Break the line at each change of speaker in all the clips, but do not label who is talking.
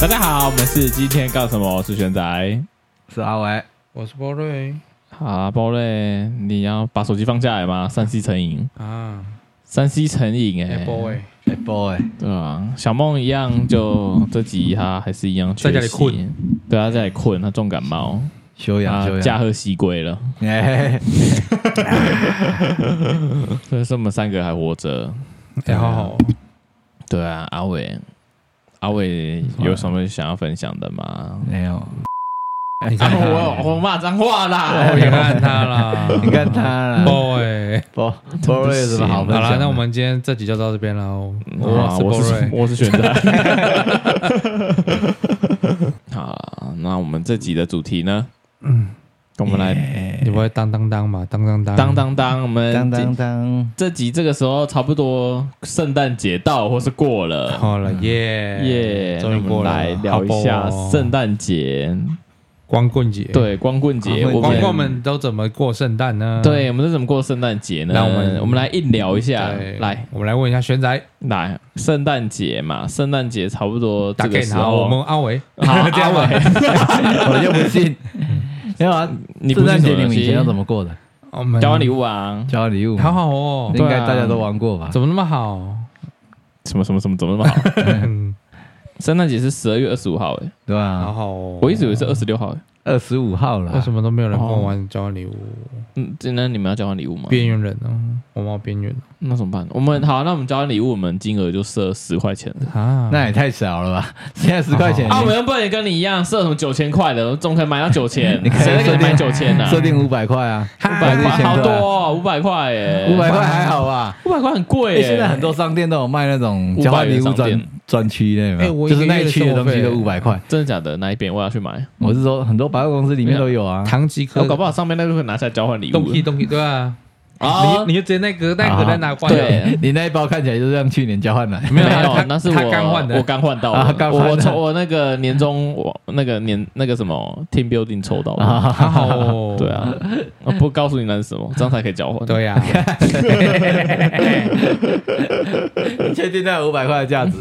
大家好，我们是今天干什么？我是玄仔。
是阿伟，
我是波瑞
啊，包嘞，你要把手机放下来吗？三 C 成瘾，
啊，
三 C 成瘾哎、
哎波瑞，
哎 boy，
对啊，小梦一样就，这集他还是一样
在家里
缺席
困，啊
对啊，在家里困，他重感冒，
修养修
他驾
养，
鹤西归了，
哎，
所以是我们三个还活着。
哎好好哦，
对啊，阿伟，阿伟有什么想要分享的 吗？
没 有，
啊
你
哎
看，他，
我我骂脏话啦！
我也哎看他啦，
你看 他 啦
波瑞。
，boy boy 有什么好
好
分享的？
啦，那我们今天这集就到这边喽。我
啊
是波
我是
瑞，
我是选 择。好，啊那我们这集的主题呢？嗯，我们来
你不会当当当嘛？当当当
当当当，我们
哎当
这
当当，
这集这个时候差不多圣诞节到或是过了，
好了，嗯耶
耶，
终于
那我
过
们
了
来聊一下
好不好
圣诞节，
光棍节。，
对光棍节，
光棍
我们
节
光棍们都怎么过圣诞呢？
对我们是怎么过圣诞节呢？
那我们
我们来硬聊一下
对，，
来
我们来问一下玄仔，
来，圣诞节嘛，圣诞节差不多
打
这个
给
时
他，我
候，
们阿伟，
好，
这样
阿
吧
伟，
我就不 信。没有啊，
你不
圣
是
诞
什
节
么
你
东
们以
西
前要怎么过的？
我们
交换礼物啊？
交换礼物，
好，好 哦，
应该大家都玩过吧？
怎么那么好？
什么什么什么怎么那么好？
嗯，
圣诞节是十二月二十五号哎、
对
好
吧？
好哦。
我一直以为是二十六号哎、
二十五号
为
了
什，么都没有人跟我玩交换礼物？
嗯，今天你们要交换礼物吗？
边缘人哦，我们好边缘
那怎么办？我们好，那我们交换礼物，我们金额就设十块钱的。
啊。
那也太少了吧？ 现在十块钱，
啊，我们又不能跟你一样设什么九千块的，总可以买到九千，
你可以
谁在 给你买九千呢？
设定五百块啊，
五百
还是一
块
千
好多
块啊，
哦，五百块耶，
五百块还好吧？
五百块很贵
欸、
耶。
现在很多商店都有卖那种交换礼
500元
物
商
专专区的，有没
欸
有？
我一
就
个
是那
月
一
的
区的
生活
东西
费
都五百块。
真的假的？那一边我要去买，
我是说，很多百货公司里面都有啊。
唐吉
我
诃
搞不好上面那个会拿下来交换礼
东
物
西东西对啊，
啊
你。你就直接那个那个再拿换
对
了，
你那一包看起来就像去年交换来，
没有
没有他
那是
他
我
刚换的
我刚换到
啊
的。
刚
我
换的
我抽我那个年终我那个年那个什么 team building 抽到的。，
啊
好好 哦
对啊，我不告诉你那是什么，这样才可以交换。
对啊，
确定那五百块的价值？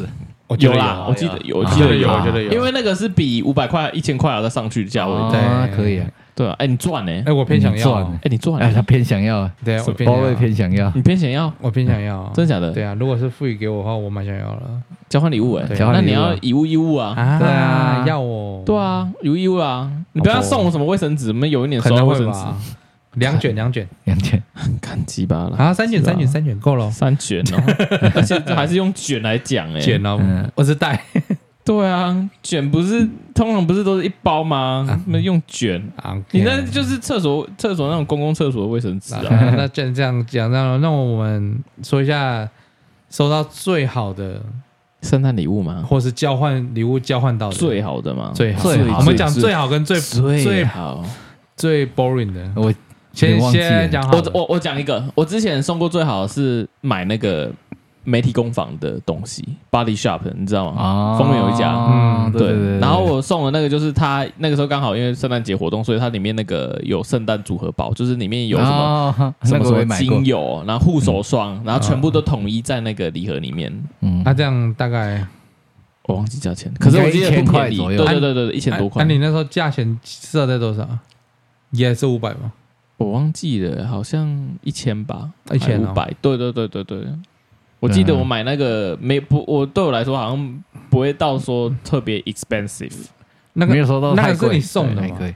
我觉
有
得
啦，我
有
记得有，我
我
记
记
得
得
有
有，
啊
我觉得有，
因为那个是比五百块、一千块要再上去的价位
哦
的。
对
可以啊。
对啊，哎，你赚呢？
哎，我偏想
你
要
赚，
哎，你赚
哎，
欸，
他偏想要啊，
对啊，我偏
包
想
会
要，
偏想要。
你偏想要，
我偏想要，
真的假的？
啊对啊，如果是赋予给我的话，我蛮想要了
交换礼物哎，
对
交
那
换礼
你
物啊
要以物易物啊。
对啊
要哦，
对，啊，有义务啊！你不要送我什么卫生纸，我们有一年
可
收到
能
卫
会
生
吧
纸，，
两卷两卷
两千，
看鸡巴了
啊，三卷
哎是吧
三卷三卷够了，
三卷 哦，而且还是用卷来讲哎、
卷哦
嗯，
我是带
对啊，卷不是通常不是都是一包吗？那、用卷，
啊，
你那就是厕所厕所那种公共厕所的卫生纸
那
啊。
那这样这样讲，那那我们说一下收到最好的，
圣诞礼物吗？
或是交换礼物交换到的
最好的吗？
最好
最好
我们讲
最
最好跟最
最
最
好。
最 boring 的，
我
先
你忘记了
先讲好
我
的，
我我讲一个，我之前送过最好的是买那个媒体工坊的东西，Body Shop，你知道吗？
啊
风有一家
嗯
对对。
然后我送的那个就是他那个时候刚好因为圣诞节活动，所以它里面那个有圣诞组合包，就是里面有什么
么
什
哦那
么
个我也
什么
买过
精，油，然后护手霜，然后全部都统一在那个礼盒里面。
嗯
那这样大概，啊
哦我忘记价钱，可是我记得不
应该
便宜，
1000左
对对
右
对对，一千多块
那，啊你那时候价钱设在多少？也是五百吗？
我忘记了，好像一千吧，
1000
五
哦
百，对对对对对。我记得
嗯
我买那个没不，我对我来说好像不会到说特别 expensive。
那
没
个
有收到
那
太
个是
贵，
你送的
对
吗
太？贵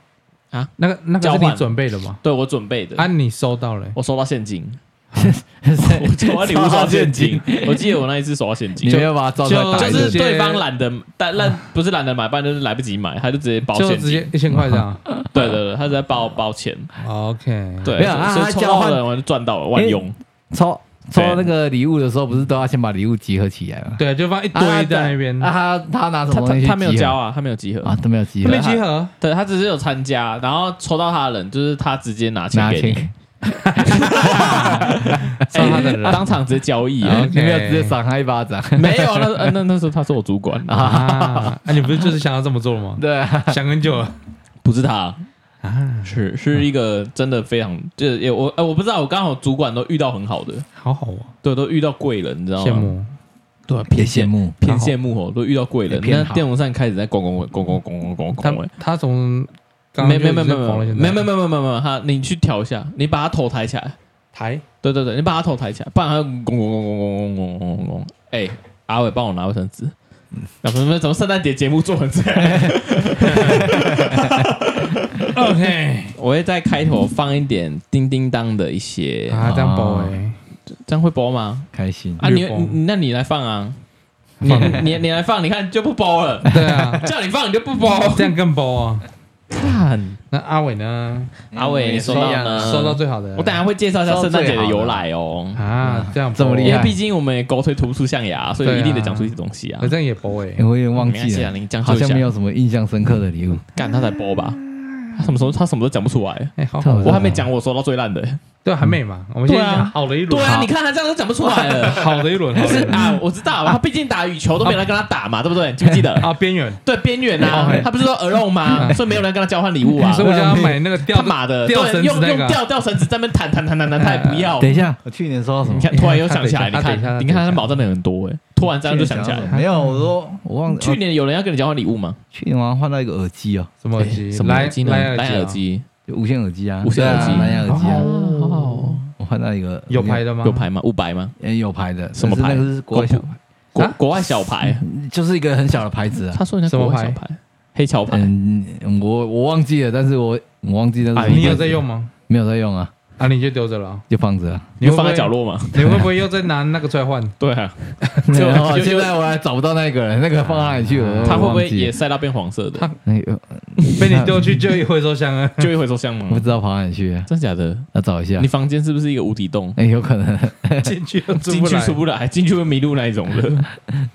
那个那个
交
是
换
你准备的吗？
对我准备的，
啊，你收到了欸，
我收到现金，我收到礼物收到现金。我记得我那一次收到现金，
你
就
没有把它照出来
就
打
就
印
是
直接
对方懒得，但烂不是懒得买，不然就是来不及买，他就直接包
就
现
直
金。
接一千块这样。哦
对对对，他是在包包钱。
OK，
对，
没有啊
所以
他
抽
交
到
换
的我就赚到了，万用。
抽抽那个礼物的时候，不是都要先把礼物集合起来吗？
对，就放一堆在那边，
啊，他他拿什
他
么东
他
西？
他没有交啊，他没有集合
啊，，都没有集
他
合
没，集合，
对他只是有参加，然后抽到他的人就是他直接拿钱
拿
给你，
钱，
送他的人
哎当场直接交易啊
啊。
你没有直接赏他一巴掌。？
没有，那呃那那时候他是我主管啊，
啊，啊，你不是就是想要这么做吗
对啊，
想很久了
不是他，
啊，
是是一个真的非常就是也我哎我不知道，我刚好主管都遇到很好的，
好好哦，
对，都遇到贵人，你知道吗？
羡慕。
对啊，
别
偏
羡
羡
慕，
偏羡慕哦，都遇到贵人，
偏
那
好
电风扇开始在咣咣咣咣咣咣咣
他
咣
他从
咣，
刚
欸没
刚
没没
就
没
已经狂
没
了现在
没没没没没没，他你去调一下，你把他头抬起来，
台
对对对，你把他头抬起来，不然他咣咣咣咣咣咣咣咣，哎，阿伟帮我拿卫生纸。
嗯
那怎么怎么圣诞节节目做成这样？
，OK，
我会在开头放一点叮叮当的一些，
啊，这样包 哎，
这样会播吗？
开心。
啊，你
略播
你那你来放啊，你你你来放，你看就不包了，
对啊，
叫你放你就不包。
这样更包啊。
看
那阿伟呢？
阿伟，你收到吗？
嗯收到最好的，
我等一下会介绍一下圣诞节的由来哦，
啊，这样
这么
包
厉
因
害
为毕竟我们也狗腿吐不出象牙，所
对
以
啊
一定得讲出一些东西啊
那。这样也包哎
欸，我有点忘
没关
记
系啊，
了，
你讲
好像没
有
有什么印象深刻的礼物。
干他才包吧？他什么时候他什么都讲不出来，
哎，好好
对啊
我
的，
还没讲我收到最烂的。
对啊，还没嘛，我们先
对啊
讲好的一轮，
对啊，
好
你看他这样都讲不出来了。
好的一轮，好
不
的
是
一轮
啊，我知道，他毕竟打羽球都没有人跟他打嘛，对不对？记不记得？
啊，边缘，
对边缘啊
OK，
他不是说 alone 吗？所以没有人跟他交换礼物啊。
所以我就要买那个
他
吊
妈的，
吊
对
绳
用
子那
用
个啊，
吊吊绳子在那边弹弹弹弹弹，他也不要。
等一下，我去年收到什么
哦你？看，突然又想起来，你
他等一下他等一下
看，你看他毛真的很多哎，突然这样就想起来
去年
了。
收到什么没有，我说我忘了。
去
去
年有人要跟你交换礼物吗？
去年我好像换到一个耳机哦，
什么耳机
哎？什么
蓝
耳机呢？
蓝
蓝
耳
耳
啊，
机
就无线耳机啊，
无线耳机
对啊蓝牙耳机啊
哦。
好好哦，
我换到一个
有牌的吗？
有牌吗？五百吗？
也有牌的，
什么
但
牌
是那个是国外小牌，
国
啊
国外小牌，
就是一个很小的牌子啊。
他说人家国外
什
小
么
牌，黑桥牌。
嗯，我我忘记了，但是我我忘记那是
啊
什么
你有
牌子
在用吗？
没有在用啊？
啊，你就丢着了啊，
就放着啊。
你就
会不
放
会
在角，落 吗？
你会不会又再拿那个出 来换？
对啊， 就
然后
就
哦现在我还找不到那个人，那个放哪里去了？
他会不
我
会
忘记
也？晒到变黄色的？
那个
被你丢去就一回收箱啊！
就一回收箱
不
吗？
知道啊跑哪里去了，
真假的？
要找一下
你。房间是不是一个无底洞？
哎，有可能，
进去又出
进
不
去
来
出，不来，进去会迷路那一种的。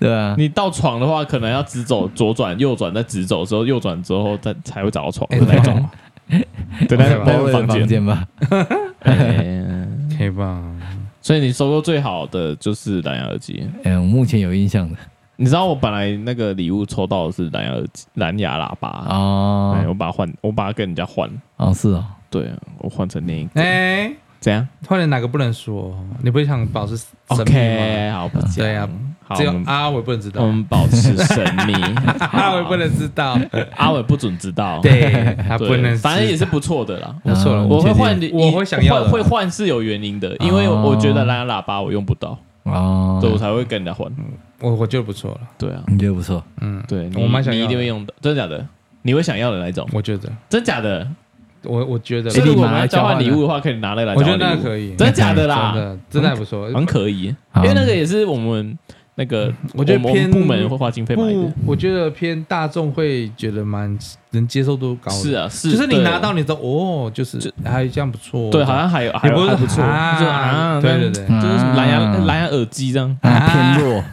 对啊。
你到床的话，可能要直走、左转、右转，再直走之后右转之后，再才会找到床
哎
的那种。对，那
对
种
吧
包括
房
房间。
间吧，
哎
可以吧？
所以你收过最好的就是蓝牙耳机。
嗯，我目前有印象的
你知道我本来那个礼物抽到的是蓝牙耳机、蓝牙喇叭，哎，
哦
我把它换，我把它跟人家换，
哦是哦，
对我换成另一个，
哎，
怎样
换了哪个不能说？你不是想保持神秘吗
？OK，好，不
对
讲
啊，
好，嗯
只
我
有
们
阿伟不能知道
我，们保持神秘，
阿伟不能知道，
阿伟不准知道，
对他
对
不能知道，
反正也是不错的啦。
不错了
嗯
我会
确定
换，
我会想要的
会会换是有原因的，因为
哦
我觉得蓝牙喇叭我用不到，
哦，
所以我才会跟人家换。
我我觉得不错了，
对啊，
你觉得不错，
嗯，
对，你
我蛮想
你
要的
一定会用的，真的假的？你会想要的那一种？
我觉得，
真假的？
我我觉得
所，以如
你
果我
拿
们
来
要交
交换
换
的
礼物的话，可以拿那个来
我
交
觉得
换礼物，
那个可以，
真的假的
真
啦？
的真的还不错，
很可以，
好
因为那个也是我们那个
我觉得
们
偏
部门会花经费买
不
的。，
我觉得偏大众会觉得蛮能接受度高的，
是啊，是，
就是你
对
拿到你的哦，就是还这样不错，哦
对，好像还有还
也不
有
是
还不错，
啊
就啊，
对
那
对对
就是蓝牙
嗯
蓝牙耳机这样。
啊偏 弱，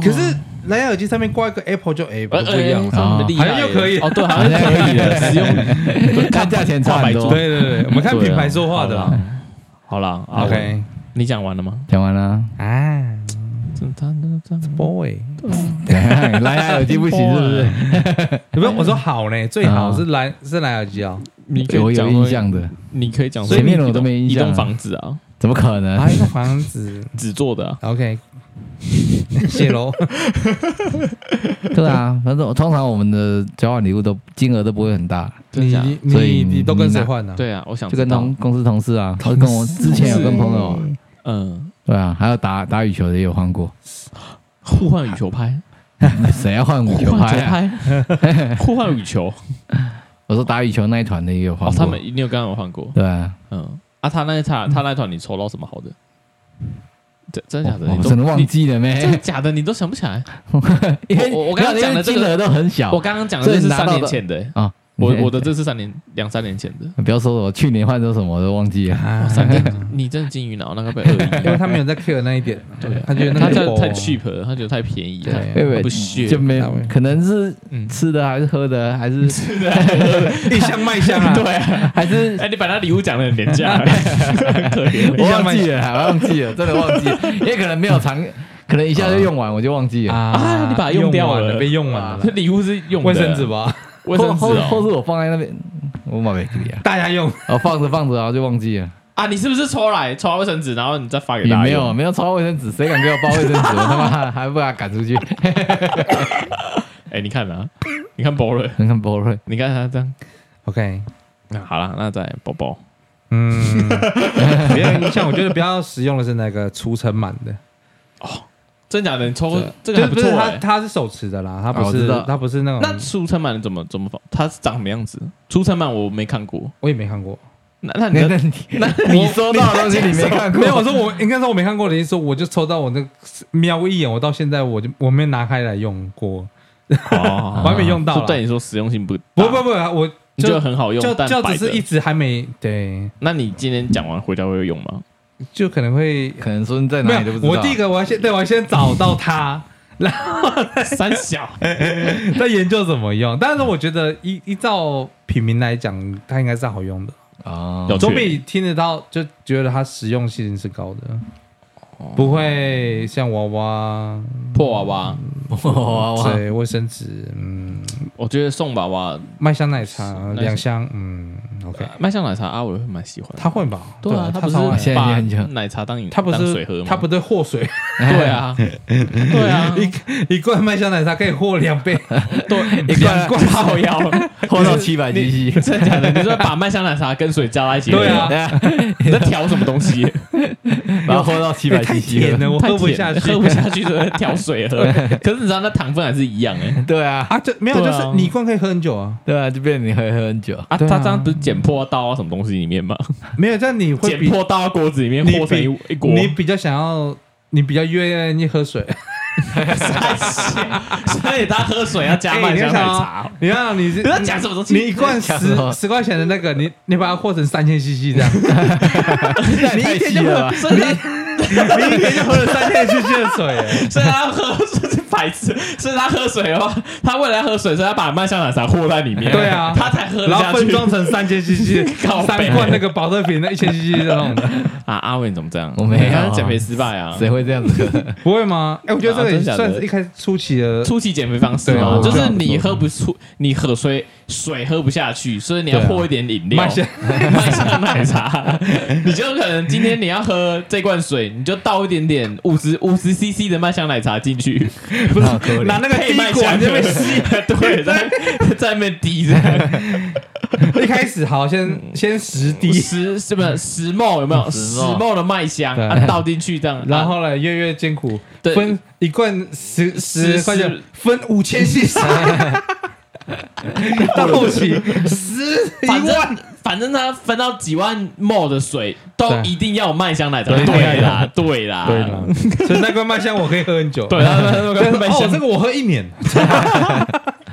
可是蓝牙耳机上面挂一个 Apple 就哎不
呃
不一样，
呃，厉害耶
好像又可以
哦，对，好像又可以了，使用
看价钱差
挂
很
白
多
猪。
对对对，我们看
哎对啊
品牌说话的
好
啦
啦好啦啊我
，OK
你讲完了吗？
讲完了，
啊
这他这样
，boy，
蓝牙啊耳机不行是不是？
不是我说好
哎
呢，最好是蓝是蓝牙耳机哦，
你可以
我有
讲
印
回，
象的，
你可以讲回
前面的我都没印象啊
移动房子啊，
怎么可能
还？有一个房子
纸做的啊，
，OK，谢喽，
对啊，反正我通常我们的交换礼物都金额都不会很大，
真
你
假的
你
所以
你你都跟谁
你拿
换呢？
对啊，我想
就跟
知道
同公司同事啊，或者跟我之前有跟朋友啊，
嗯，
对啊，还有打打羽球的也有换 过，
互换羽球拍，
谁要换羽
互
球
换
拍
球
啊？
拍， 互换羽球
我说打羽球那一团的也有换
哦，
过，
他们一定有刚刚有换过，
对啊，
嗯啊，他那一团他那一团你抽到什么好的？真真假的？
我
你
哦我
都
真的忘
你
记 了
真的
没？
假的？你都想不起来？
因 为
我我刚刚
没有
讲的
因为
这
金
个
额都很小
我刚刚讲的这是三年前的、欸
啊，
我
你
我的这是三年两三年前的。
不要说我去年换成什么我都忘记了，
啊
哇，塞，你你真的金鱼脑那个被恶
因为
意，
他没有在 care 那一点，
对
他觉得那
他
个
觉得
Apple
太 cheap 了，他觉得太便宜了，
对
对
他不
不
屑
哦就没可能是
嗯
吃的还是喝的还 是
一箱卖箱啊，
对啊，
还是
哎，你把他礼物讲的很廉价，很可怜。
我忘记了，我忘记了，真的忘记了，也可能没有 常，可能一下
啊
就用完，我就忘记了。
啊你把它用掉
完
了啊
被用完了
这，礼物是用的
卫生纸，吧，
卫生纸
或或或
哦。
是我放在那边，我买给你啊，
大家用，
我放着放着然后就忘记了。
啊，你是不是抽来抽卫生纸，然后你再发给
也
大家？
没有，没有抽到卫生纸，谁敢给我包卫生纸？我他妈 还不把他赶出去？
哎，你看啊，你看 b 瑞，
很很 boring。
你看他这样。
OK，
那好了，那再来包包。
嗯，别人像我觉得比较实用的是那个除尘螨的，
真假的，你抽
对
哦这个还不
就不
错
是嗯它
哎。
它是手持的啦，它不
哦我知
是
道
它不是那
那
种，
出尘螨怎么怎么放？它是长什么样子？出尘螨我没看过。
我也没看过。
那那你
那
的
那你你收到的东西你没看过？
没有，我说我应该说我没看过的意思，我就抽到我那个瞄一眼，我到现在我就我没拿开来用
啊
过，我
哦，
还没用到
就对
啦。
你说实用性不大啊
不不，不，我
你觉得很好用，
就
但
就
摆
只是
着
一直还没对，
那你今天讲完回家会用 吗？
就可能会
可能说你在
没
哪里都不知
有。
道。
我第一个我要先对我要先找 到它，
三小，
在研究怎么用。但是我觉得依依照品名来讲，它应该是好用的，
啊，
有
总
趣
比听得到就觉得它实用性是高的，不会像娃娃、
破娃娃，
哇哇，
对卫生纸，嗯，
我觉得送娃娃
麦香奶茶
是
两箱，嗯，OK，
麦香奶茶阿伟会蛮喜欢的。
他会吧？
对啊，他
他
不
超爱
是
现在也
把
很强
奶茶当饮
他不
当水喝
是
吗？
他不对祸水，
对 啊，对啊，
一罐麦香奶茶可以祸两 倍，
对
一罐
两罐好药，
花到七百 GC。
真的假的？你说把麦香奶茶跟水加在一起，
对啊，
你在调什么东西？
然后喝到七百
欸太
CC
甜
了。
了，我
太
喝不
甜
下去，
喝不下去，只能调水喝。可是你知道那糖分还是一样哎。
对啊，
啊！就没有，
对
就
啊
是你一罐可以喝很久啊，
对啊，就变成你会喝很久。
啊，
对啊
他这样不是剪破到啊什么东西里面吗？
没有，这样你会
剪
比
破到锅子里面
你比
和成一一锅。
你比较想要，你比较愿意喝 水，
所以他喝哎水要加麦香奶茶。
你看你是
你在讲什么东西？
你一罐十
讲什么
十块钱的那个，你你把它和成三千 CC 这样，你一天就喝，
所以他
你一天就喝了三千 CC 的水欸，
所以他喝是白痴，所以他喝水的话，他为了要喝水，所以他把麦香奶茶和在里面。
对啊
他才喝得
然
下
后
去
分。装成三千 CC，
靠北
三罐那个保特瓶那一千 CC 的那种的，
啊，阿伟你怎么这样？
我没有
你看他减肥失败啊。
谁会这样子 喝？
不会吗？哎，我觉得这个
啊
也
真假的
算是一开始初期的，
初期减肥方式
对
嘛，
啊
就是你喝不出，你喝水水喝不下去，所以你要
对啊
喝一点饮料，
麦香
麦香奶茶。你就可能今天你要喝这罐水，你就倒一点点五十五十 CC 的麦香奶茶进去，
不
好可
是
怜
拿那个
配
滴
麦香
管在那边
吸， 对，在在那边滴着，
一开始好，先先嗯十滴，
十什么十梦有没有？
石
十
墨
梦的麦香
对
啊，倒进去这样，
然
啊
后呢，月月艰苦，
对
分一罐十
十
十块钱
十，
分五千 CC，到后期十一
反
万，
正反正他分到几万 ml 的水，都
对
一定要有麦香奶茶。
对
对啦，对啦，
对了，所以那罐麦香我可以喝很久。
对啦，那
但
个
是
麦
哦，这
香
个我喝一年，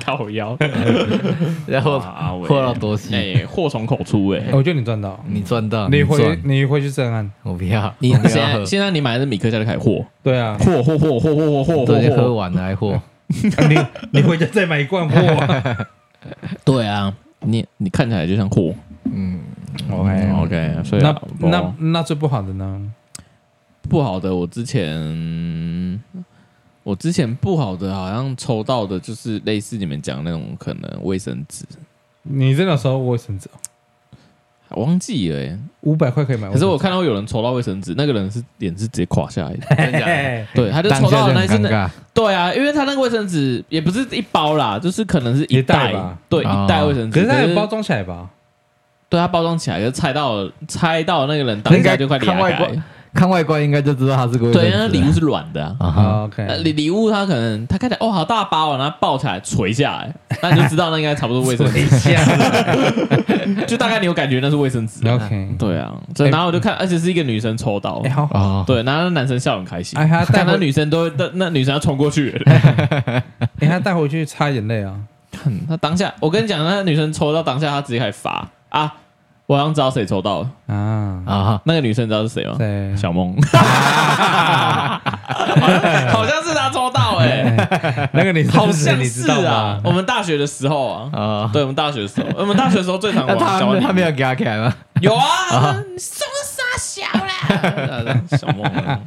烤腰，
然后
阿伟
喝到多稀，
哎，祸从口出哎。
我觉得你赚到，
你赚到，
啊你回
赚，
你回去正案，
我不要，
你
我不
现
要
在
啊喝，
现在你买的是米克家就开始嚯
对 啊，
嚯嚯嚯嚯嚯嚯
都已经
嚯
喝
嚯，
完了还嚯，
你你回家再买一罐货。
对啊，你你看起来就像嚯
嗯，
OK
，OK，所以
那
啊不
那那最不好的呢？
不好的，我之前我之前不好的，好像抽到的就是类似你们讲那种可能卫生纸，
你这种时候卫生纸
我忘记了、欸。
五百块可以买，
可是我看到有人抽到卫生纸，那个人是脸是直接垮下来的，
真假的？
对，他就
当
抽
下
到
就
的
很
那是那
尴尬，
对啊，因为他那个卫生纸也不是一包啦，就是可能是
一
袋
袋吧
对，
哦
一袋卫生纸，
可是它有包，装起来吧？
对，它包装起来，就拆到了拆到那个人当
应
下
该
就快裂
看外
开
观，看外观应该就知道它是个卫生
对，
纸
因为礼物是软的啊。
啊哈，
啊
呃，
，OK，
礼礼物它可能它看起来哦好大包啊，然后抱起来垂下来，那你就知道那应该差不多卫生纸， 就大概你有感觉那是卫生纸。
OK，
对啊，所以然后我就看，而且是一个女生抽到
哎、，好好，
哦，
对，然后那男生笑很开心，
哎 他带
看那
回，
女生都那那女生要冲过去，
哎、他带回去擦眼泪啊，
看 他当下，我跟你讲，那女生抽到当下，她直接开始罚啊！我好像知道谁抽到了，
啊，
啊哈，
那个女生你知道是谁吗？
对，
小梦， 好像是她抽到哎、
那个你
好
是
像
你知
是
道
啊
吗，？
我们大学的时候啊。
啊，
对我们大学的时候，我们大学的时候最常
那
玩
他
小
他没
梦，
有给他开吗？
有啊，你什么傻小啦？小梦啊，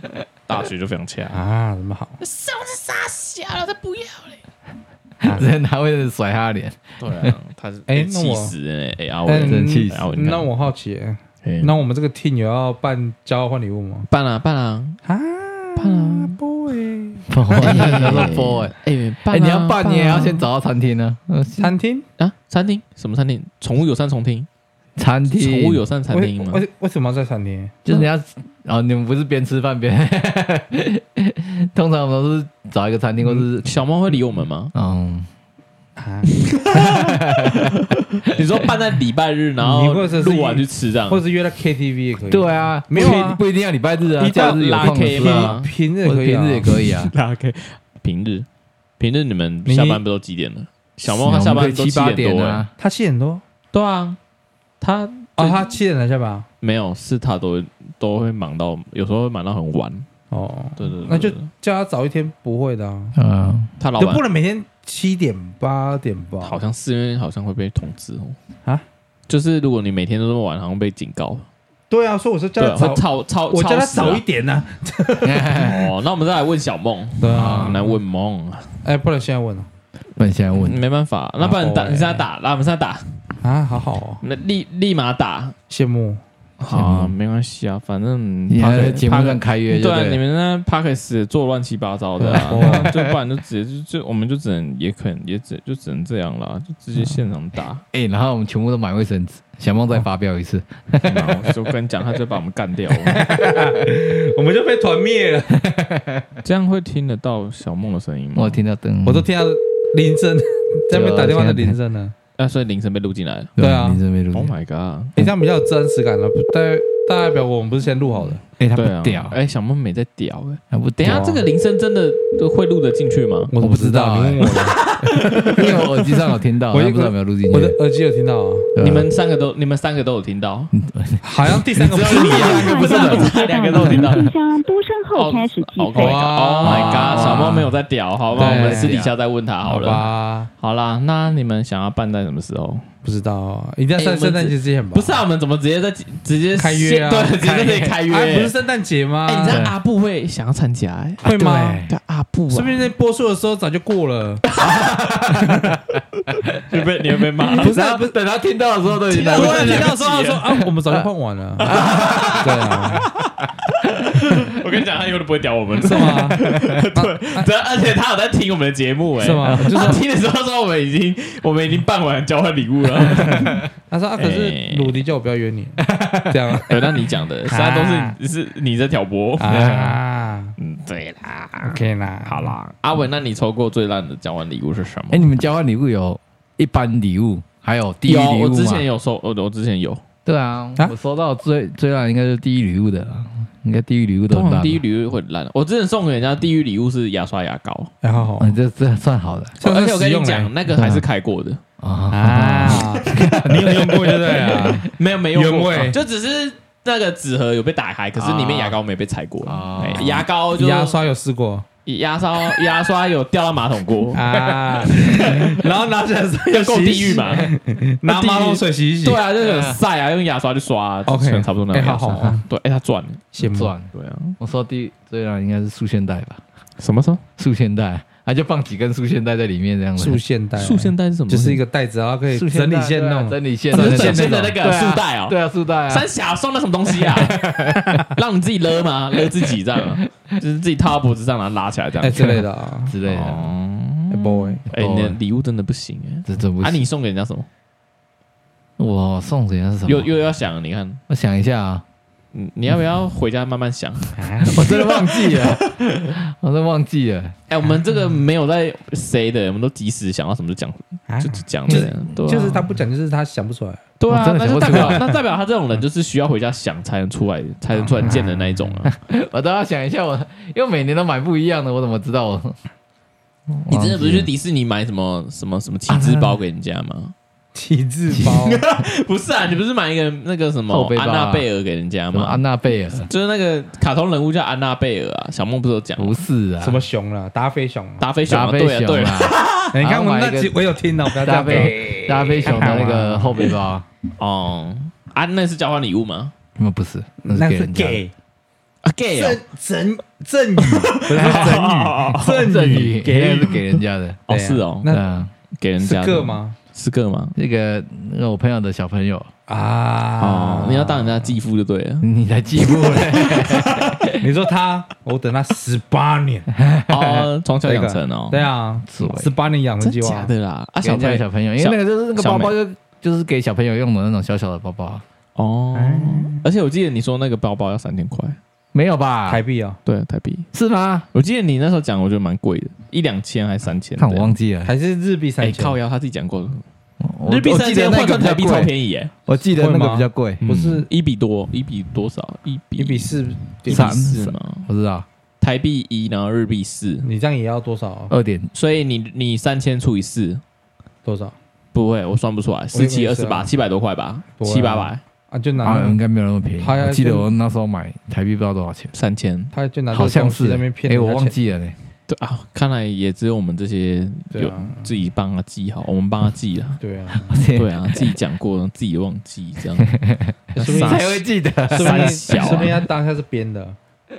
大学就非常强，
啊，怎么好？
什么傻小了，他不要嘞。
直接拿卫生纸甩他脸，
对啊，他是
哎
哎
那我
气死哎哎阿
但
伟，
真气死
哎阿伟你看
嗯那我好奇、欸，
嘿
那我们这个 team 有要办交换礼物吗？
办啊办啊，
啊，
办 啊
boy，
然后播哎，
哎，办啊
哎，你要办，
啊
你也要先找到餐厅呢。呃
餐厅？
啊，餐厅什么餐厅？宠物友善餐厅，
餐厅，
宠物友善餐厅吗？
为为为什么要在餐厅？
就是你要，哦，你们不是边吃饭边， 通常我们都是找一个餐厅，或是
小猫会理我们 吗？
嗯，
啊，
你说办在礼拜日，然
你
后
或者是
录完去吃这样
啊或， 者是约到 KTV 也可以。
对，啊，
没有啊
不一不一定要礼拜日啊，
一定要
假日有
拉
空的
K
时候啊
吗，
平日也
或者
可以啊，
平日也可以啊。
大家可以平日，平日你们
你
下班不都几点了？小猫它下
我
班
们可
都
以七八
点
点
多欸，
啊，
他七点多
对啊，它
哦，
最
他七点才下班啊。
没有是它都都会忙到，有时候会忙到很晚。
哦，
对对，对
那就
对对
叫他早一天，不会的啊，
嗯，
他老
就
板
不能每天七点八点吧？
好像是因为好像会被通知哦。
啊，
就是如果你每天都这么晚，好像被警告。
对啊，所以我说叫
对
他
啊，会
早，
超超，
我叫他
超时啊
早一点呢。
嗯
哦，那我们再来问小梦，
对
啊，
啊，
来问梦，
哎，不能现在问了
不然现在问，
没办法，那不然打，
哎
你现在打，那我们现在打，
啊，好好哦，
那立立马打，
羡慕。
好，没关系啊，反正
你还
Podcast-
在节目
Podcast-
上开约
对
就
啊，你
对了，
们那 p a c k e s 做乱七八糟的啊，
哦
就不然就直接就就我们就只能也可能也只就只能这样啦，就直接现场打，
哎，然后我们全部都买卫生纸，小梦再发飙一次，
然后就跟你讲，他就把我们干掉了，
我们就被团灭了。
这样会听得到小梦的声音吗？
我听到灯，
我都听到铃声，在那边打电话的铃声啊呢。
那啊所以铃声被录进来了。
对啊
你这边录
Oh，my god！
你这样比较有真实感了，啊不代代表我们不是先录好的。
哎，他不
对啊，
屌，
哎，小梦没在屌哎。
他不
等一
屌
下，
啊，
这个铃声真的都会录得进去吗？
我
我不知道
你问我
因
的，
为我耳机上有听到，
我
我
一
不知道有没有录进
我的
去。
耳机有听到啊，
对啊
你们三个都，你们三个都有听到，
好像第三 个不是你啊，
不是啊，不是啊 两个都有听 到。
信箱播声后开始计
Oh my
费。
god！Oh my
哇
god！小猫没有在屌，好吧，我
对
们私底下再问他好了。
吧？
好啦，那你们想要办在什么时候？
不知道啊，一定
哎我
要在
们
圣诞节之前吧？
不是啊，我们怎么直接在直接
开约啊，
对，直接在这里开约。
哎不是圣诞节吗？
哎，你知
对
道阿布会想要参加哎？
会吗？
对
对阿布啊，
说不定在播出的时候早就过了，
你被你会被 骂。
不是啊，不是。
等他听到的时候都已经
我
来不及
突然听到
了
的时候他说啊，我们早就换完了，对啊，
我跟你讲，他以后都不会屌我们，
是吗？
对，而且他有在听我们的节目，哎，
是吗就是
他听的时候说我们已经我们已经办完交换礼物 了。
他说啊，可是鲁迪叫我不要约 你，这样啊
对，那你讲的，现在都是是你在挑拨。
啊
嗯，对啦，
，OK 啦，
好，啦，阿文，那你抽过最烂的交换礼物是什么
哎，？你们交换礼物有一般礼物，还有地狱
有，
礼
哦我
物
之
吗
前？有收，我我之前有，
对啊
啊，
我收到最最烂应该就是地狱礼物的啦，应该地狱礼物都
通
很
啊
常
烂。
地狱哦礼物会很烂。我之前送给人家地狱礼物是牙刷牙膏，
然后好
嗯，这这算好的
像是
而且我跟
实
你
用嘞嗯
讲，那个还是开过的，
啊。
啊， 你有用过对不对 啊？
没有没用
原
过
味，
就只是那个纸盒有被打开，可是里面牙膏没被踩过。
啊
哎牙膏就
牙刷有试过
牙刷牙刷有掉到马桶 过，
啊，然后拿起来的时 候
要
要
够
洗一
地
洗
狱嘛？
拿马桶水洗一洗，
哎对，啊，就是很晒啊，用牙刷去刷啊
OK
可能差不多那样。
哎好好好
对，哎，他赚了，
羡慕
赚！
对啊，
我收到第一最烂应该是束线带吧，
什么时候？
束线带，啊就放几根束线带在里面这样子。
束线带，啊
束线带是什么？
就是一个袋子，然后可以
束线
整理
带
线
对啊
弄。
整理线
啊
的
就是
那种，
整线的那个
对啊
束带哦。
对啊，束带啊，
三峡送那什么东 西啊？让你自己勒吗？勒自己这样啊，就是自己套到脖子上，然后拉起来这
哎
样。
之类的啊
之类的。
哦，
哎，boy，
哎，你的礼物真的不行哎。
这这不
啊，
行。
你送给人家什么？
我送人家是什么？
又又要想，你看，
我想一下啊，
嗯你要不要回家慢慢想？
我真的忘记了， 我真的忘记了。
哎，我们这个没有在谁的，我们都及时想到什么就讲，
啊
就就讲这样。对啊
就是他不讲，就是他想不出来。
对啊
我，真的
那
想
就
不
代
出
表
来
那代表他这种人就是需要回家想才能出来，才能出来见的那一种啊。
我都要想一下我，因为每年都买不一样的，我怎么知道我？
你真的不是去迪士尼买什么什么什么七只包给人家吗？
体质包，
不是啊，你不是买一个那个什么
后背包
安
啊
娜贝尔给人家
什么
吗？
安娜贝尔？
就是那个卡通人物叫安娜贝尔啊，小梦不是有讲
不是啊，
什么熊了？达菲熊啊。
达菲熊
达
啊？
菲
对啊，
熊
对啊，
啊，
哎你看
然后
我
买
那
一个
集我有听到，哦不要这
达
样子。
菲达菲熊的那个后背包，
哦，啊，那是交换礼物吗？
那不是，
那
是
是
人家的
给
啊，gay 哦
郑郑郑宇，哎不是
赠
郑宇，郑
予，
宇
给
给
是给人家的。
哦，
对啊
是哦，
对
那
啊，
给人
是
家的
个？吗？
是个吗？
那个那个我朋友的小朋友，
啊
哦，你要当人家继父就对 了。
你才记不嘞？
你说他，我等他十八年，
哦，从小养成哦，
对啊，十八年养成
真
计
假
划，
的啦？啊，
啊，
小朋友
小朋友小朋友，因为那个就是那个包包就就是给小朋友用的那种小小的包包啊，
哦，而且我记得你说那个包包要三千块，
没有吧
台？币哦，
对，台币。
是吗？
我记得你那时候讲，我觉得蛮贵的，一两千还三千。
看我忘记了，
还是日币
哎
三千？
靠腰，他自己讲过，
我
日币
我
三
记得
千
那
换
个
成
比较
台币超
贵，
便宜耶，
我记得那
会
个
吗
比较贵，
嗯
不是
一比多，一比多少？一比
一比四，
一比
三
四嘛，
我知道
台币一，然后日币四，
你这样也要多少？
二点
所以你你三千除以四，
多少
不会，我算不出来，十七
我也
二
是
十
啊
八，七百多块吧，
不会啊
七八百，
啊？就拿
啊，应该没有那么便宜。
还要
我记得我那时候买台币不知道多少钱，
三千。
他就拿这个
好像
东西
是
在那边骗
哎，
人家
我忘
钱
记了呢。
对啊，看来也只有我们这些
对
有
啊
自己帮他记好，我们帮他记 啊。
对啊，
对啊，自己讲过，自己忘记这样，
说不
你
定
傻
才会记得。
说不定
三小啊
说不定他当下是编的，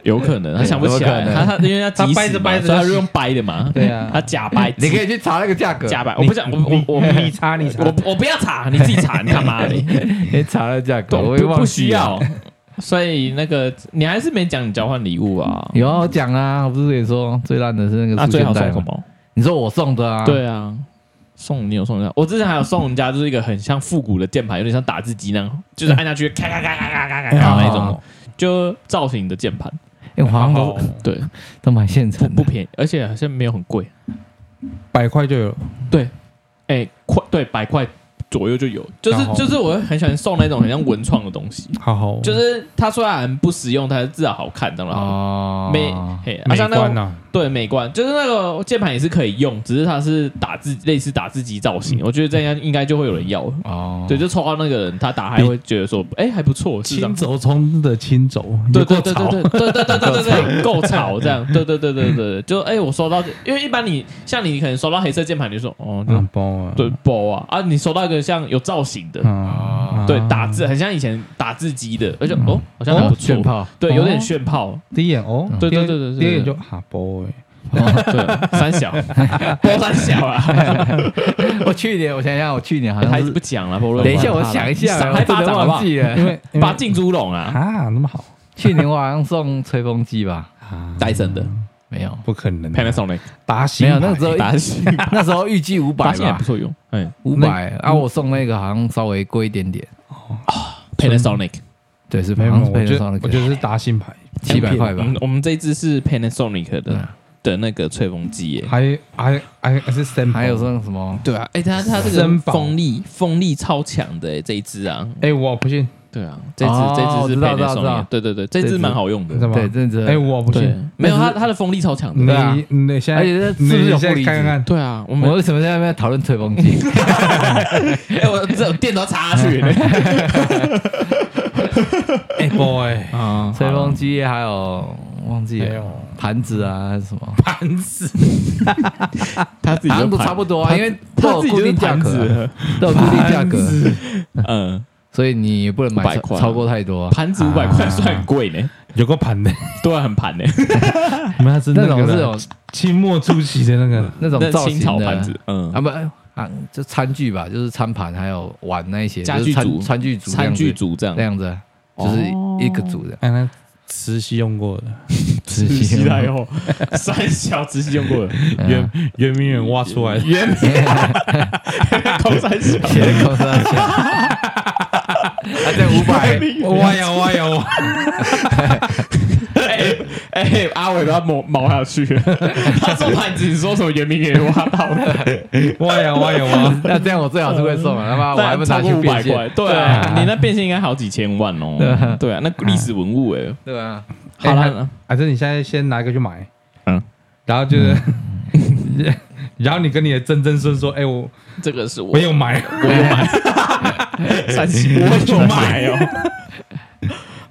有可能他想不起来，
有可能
他他因为他急死嘛
他掰着掰着
所以他
就
就用掰的嘛，
对 啊
他假掰，
你可以去查那个价格，
假掰，我不想，我我我
你查你查，
我我不要查，你自己查，你他妈 的，
你查那个价格，
不
我也忘
不
记啊
需
了。
要。所以那个你还是没讲你交换礼物啊？
有啊，我讲啊，我不是也说最烂的是那个
那
塑
啊最
胶
好
袋
送什
吗？
么？
你说我送的啊？，
对啊，送你有送人家，我之前还有送人家，就是一个很像复古的键盘，有点像打字机那样，就是按下去咔咔咔咔咔咔咔
哎
咔那种，就造型的键盘。
哎，我好像都
哦
对，
都买现
不
成
不
的，
便宜，而且好像没有很贵。
百块就有，
对，哎、快对，百块左右就有，就是
然后哦
就是，我很喜欢送那种很像文创的东西，
好好，
就是它虽然不实用，但是至少好看，当然好看。
哦，
美嘿，啊
美
像那
观
种
呐，
对美观，就是那个键盘也是可以用，只是它是打字类似打字机造型，
嗯
我觉得这样应该就会有人要了。
哦，
对，就抽到那个人，他打开会觉得说，哎、还不错，是这样
轻。轴冲的轻轴，
对
有够
对对对
吵
对对对对对对， 够吵这样，对对对对对，就哎、我收到，因为一般你像你可能收到黑色键盘，你就说哦，就
嗯，包啊，
对包啊啊，你收到一个像有造型的，
嗯，
对打字很像以前打字机的，而且哦好像
哦
还不
炫
错，
炮，
对，有点
哦
炫炮，
第一眼哦，
对
第二
对对对对
第二
对
眼就哈包哎，
对， 三 小包三小啊，
我去年，我想想，我去年好
还
像
是
是
不，讲了，不论
等一下，我想一下，
赏
我
他
真
巴
的
掌好不好
忘？记了。
因为因为
拔进猪笼啊，
啊那么好
去年我好像送吹风机吧？
啊，
戴森的
没有，
不可能，啊
Panasonic
达西
没有，那个时 候
达西，
那时候预计五
达
百
西也
吧
不，错用，哎
五百啊，我送那个好像稍微贵一点点，
，Panasonic
对，是
没
好
有，
像是
我
配得
觉
上
得
那
我觉
个
得是达新牌，
七百块
我
吧
们。我们这一支是 Panasonic
对
的
啊
的那个吹风机耶。
还还还还是三，
还有说什么？
对啊，哎、它它这个
森宝
风力风力超强的、哎，这一支啊，
哎，我不信，
对啊，这只、
哦
这
我
只
知
是
道知道
Panasonic，
知道
对对对，这
这
只
只
蛮好用
你知道
的。
吗
对，？真的，
哎，我不
对
信，，
没有它
那是
它的风力超强的。
啊
你你现在
而且这是不是
你
有
现
不
在
理
看
解
看，
对啊，我
我
们
们为什么在那边讨论吹风机？
哎、我这种电都插下去了。
哎 boy，
啊，
吹风机还有忘记
还
了
有
盘子啊还是什么？
盘子
他自己就
盘子
盘
差不多啊，
盘
因为
他
都
自
有
己
固
就是
定价
盘
格啊，
子，
都有固定价格，
嗯，
所以你也不能买
500
超
块啊
超过太多啊。
盘子五百块算很贵呢，
有个盘的，
对啊，很盘呢，
你们是
那
个
种
啦
是有
清末初期的那个，
那种
那
造
清
型
朝
的
盘子，嗯
啊，不哎啊，就餐具吧，就是餐盘还有碗那一些，
家
就
具
是餐
组
餐具组这
餐
样子
具组这哦样
这，样子，啊就是一个组的。
哎，那慈禧用过的，
慈
慈禧
禧
太后，哦三小慈禧用过的，
原
圆明园挖出来的，
原空三小，
写的口上写，啊，这五 百
哎挖呀挖呀挖，
哎哎，阿伟把它毛毛下去， 他说盘子，你说什么圆明园挖到的，
挖呀挖呀挖，
那这样我最好是会
嗯
送啊，他妈我还不拿
超
去
过五
变
百
现
块，，对啊，你那变现应该好几千万哦，对啊，那历史文物哎，
对啊，
好
哎
了，
还是你现在先拿一个去买，
嗯，
然后就是， 然后你跟你的曾曾孙说，哎，我
这个是我
我有买，
我有 买，三七我有买哦。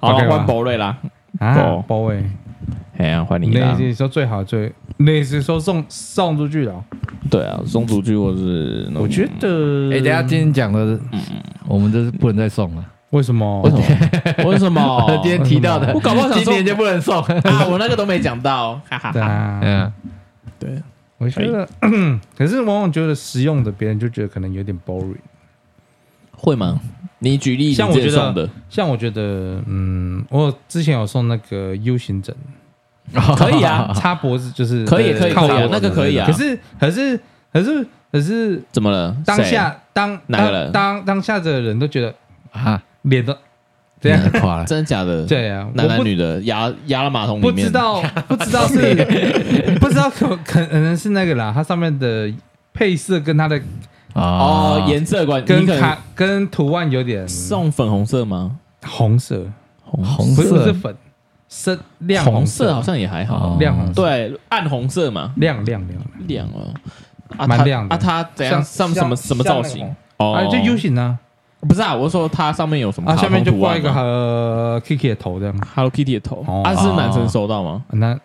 好，
OK 吧
换博瑞啦，
啊
包，
包哎，
哎呀，换你
那
啦。
是说最好最，那是说送送出去的哦，
对啊，松竹剧或是那种
我觉得，
哎，等一下今天讲的，我们就是不能再送了。
为什么？
嗯为什么？为什么？
今天提到的，
我搞不好想
今
说
年就不能送。
啊，我那个都没讲到，哈哈
对
哈。
啊，
嗯，
对，
我觉得， 可是往往觉得实用的，别人就觉得可能有点 boring。
会吗？你举例，
像
你自己
我觉得
送的
像我觉得，嗯，我之前有送那个 U 型枕，
可以啊
插脖子就是
可以
对
可以
靠
可以啊
脖子
那个可以啊
可是可是可是可是
怎么了？
当
谁
下当
哪
当
个人
当当下的人都觉得
啊，
脸都这样，
垮了，
真的假的？
对啊，
男
我
男
不
女的压压了马桶里
不
面，
知道不知道是 不知道可可可能是那个啦，它上面的配色跟它的
哦，颜色关
跟
你可能
卡跟图案有点
送粉红色吗？
红色，
红
红
不是不是
色
粉，深亮
红
色
色好像也还好，
哦
亮红色
对，暗红色嘛，
亮亮亮，
亮哦，啊
蛮
它
亮的
啊，它怎样？
像
上什
像
么什么
像
造
那个
型
红？
哦
啊，就 U 型啊，
不是啊，我是说它上面有什么
啊
卡
下
通
面就
图
挂
案
一个
吗
呃 Kiki 的头这样，
Hello Kitty 的头
哦，
啊，是男生收到吗？
那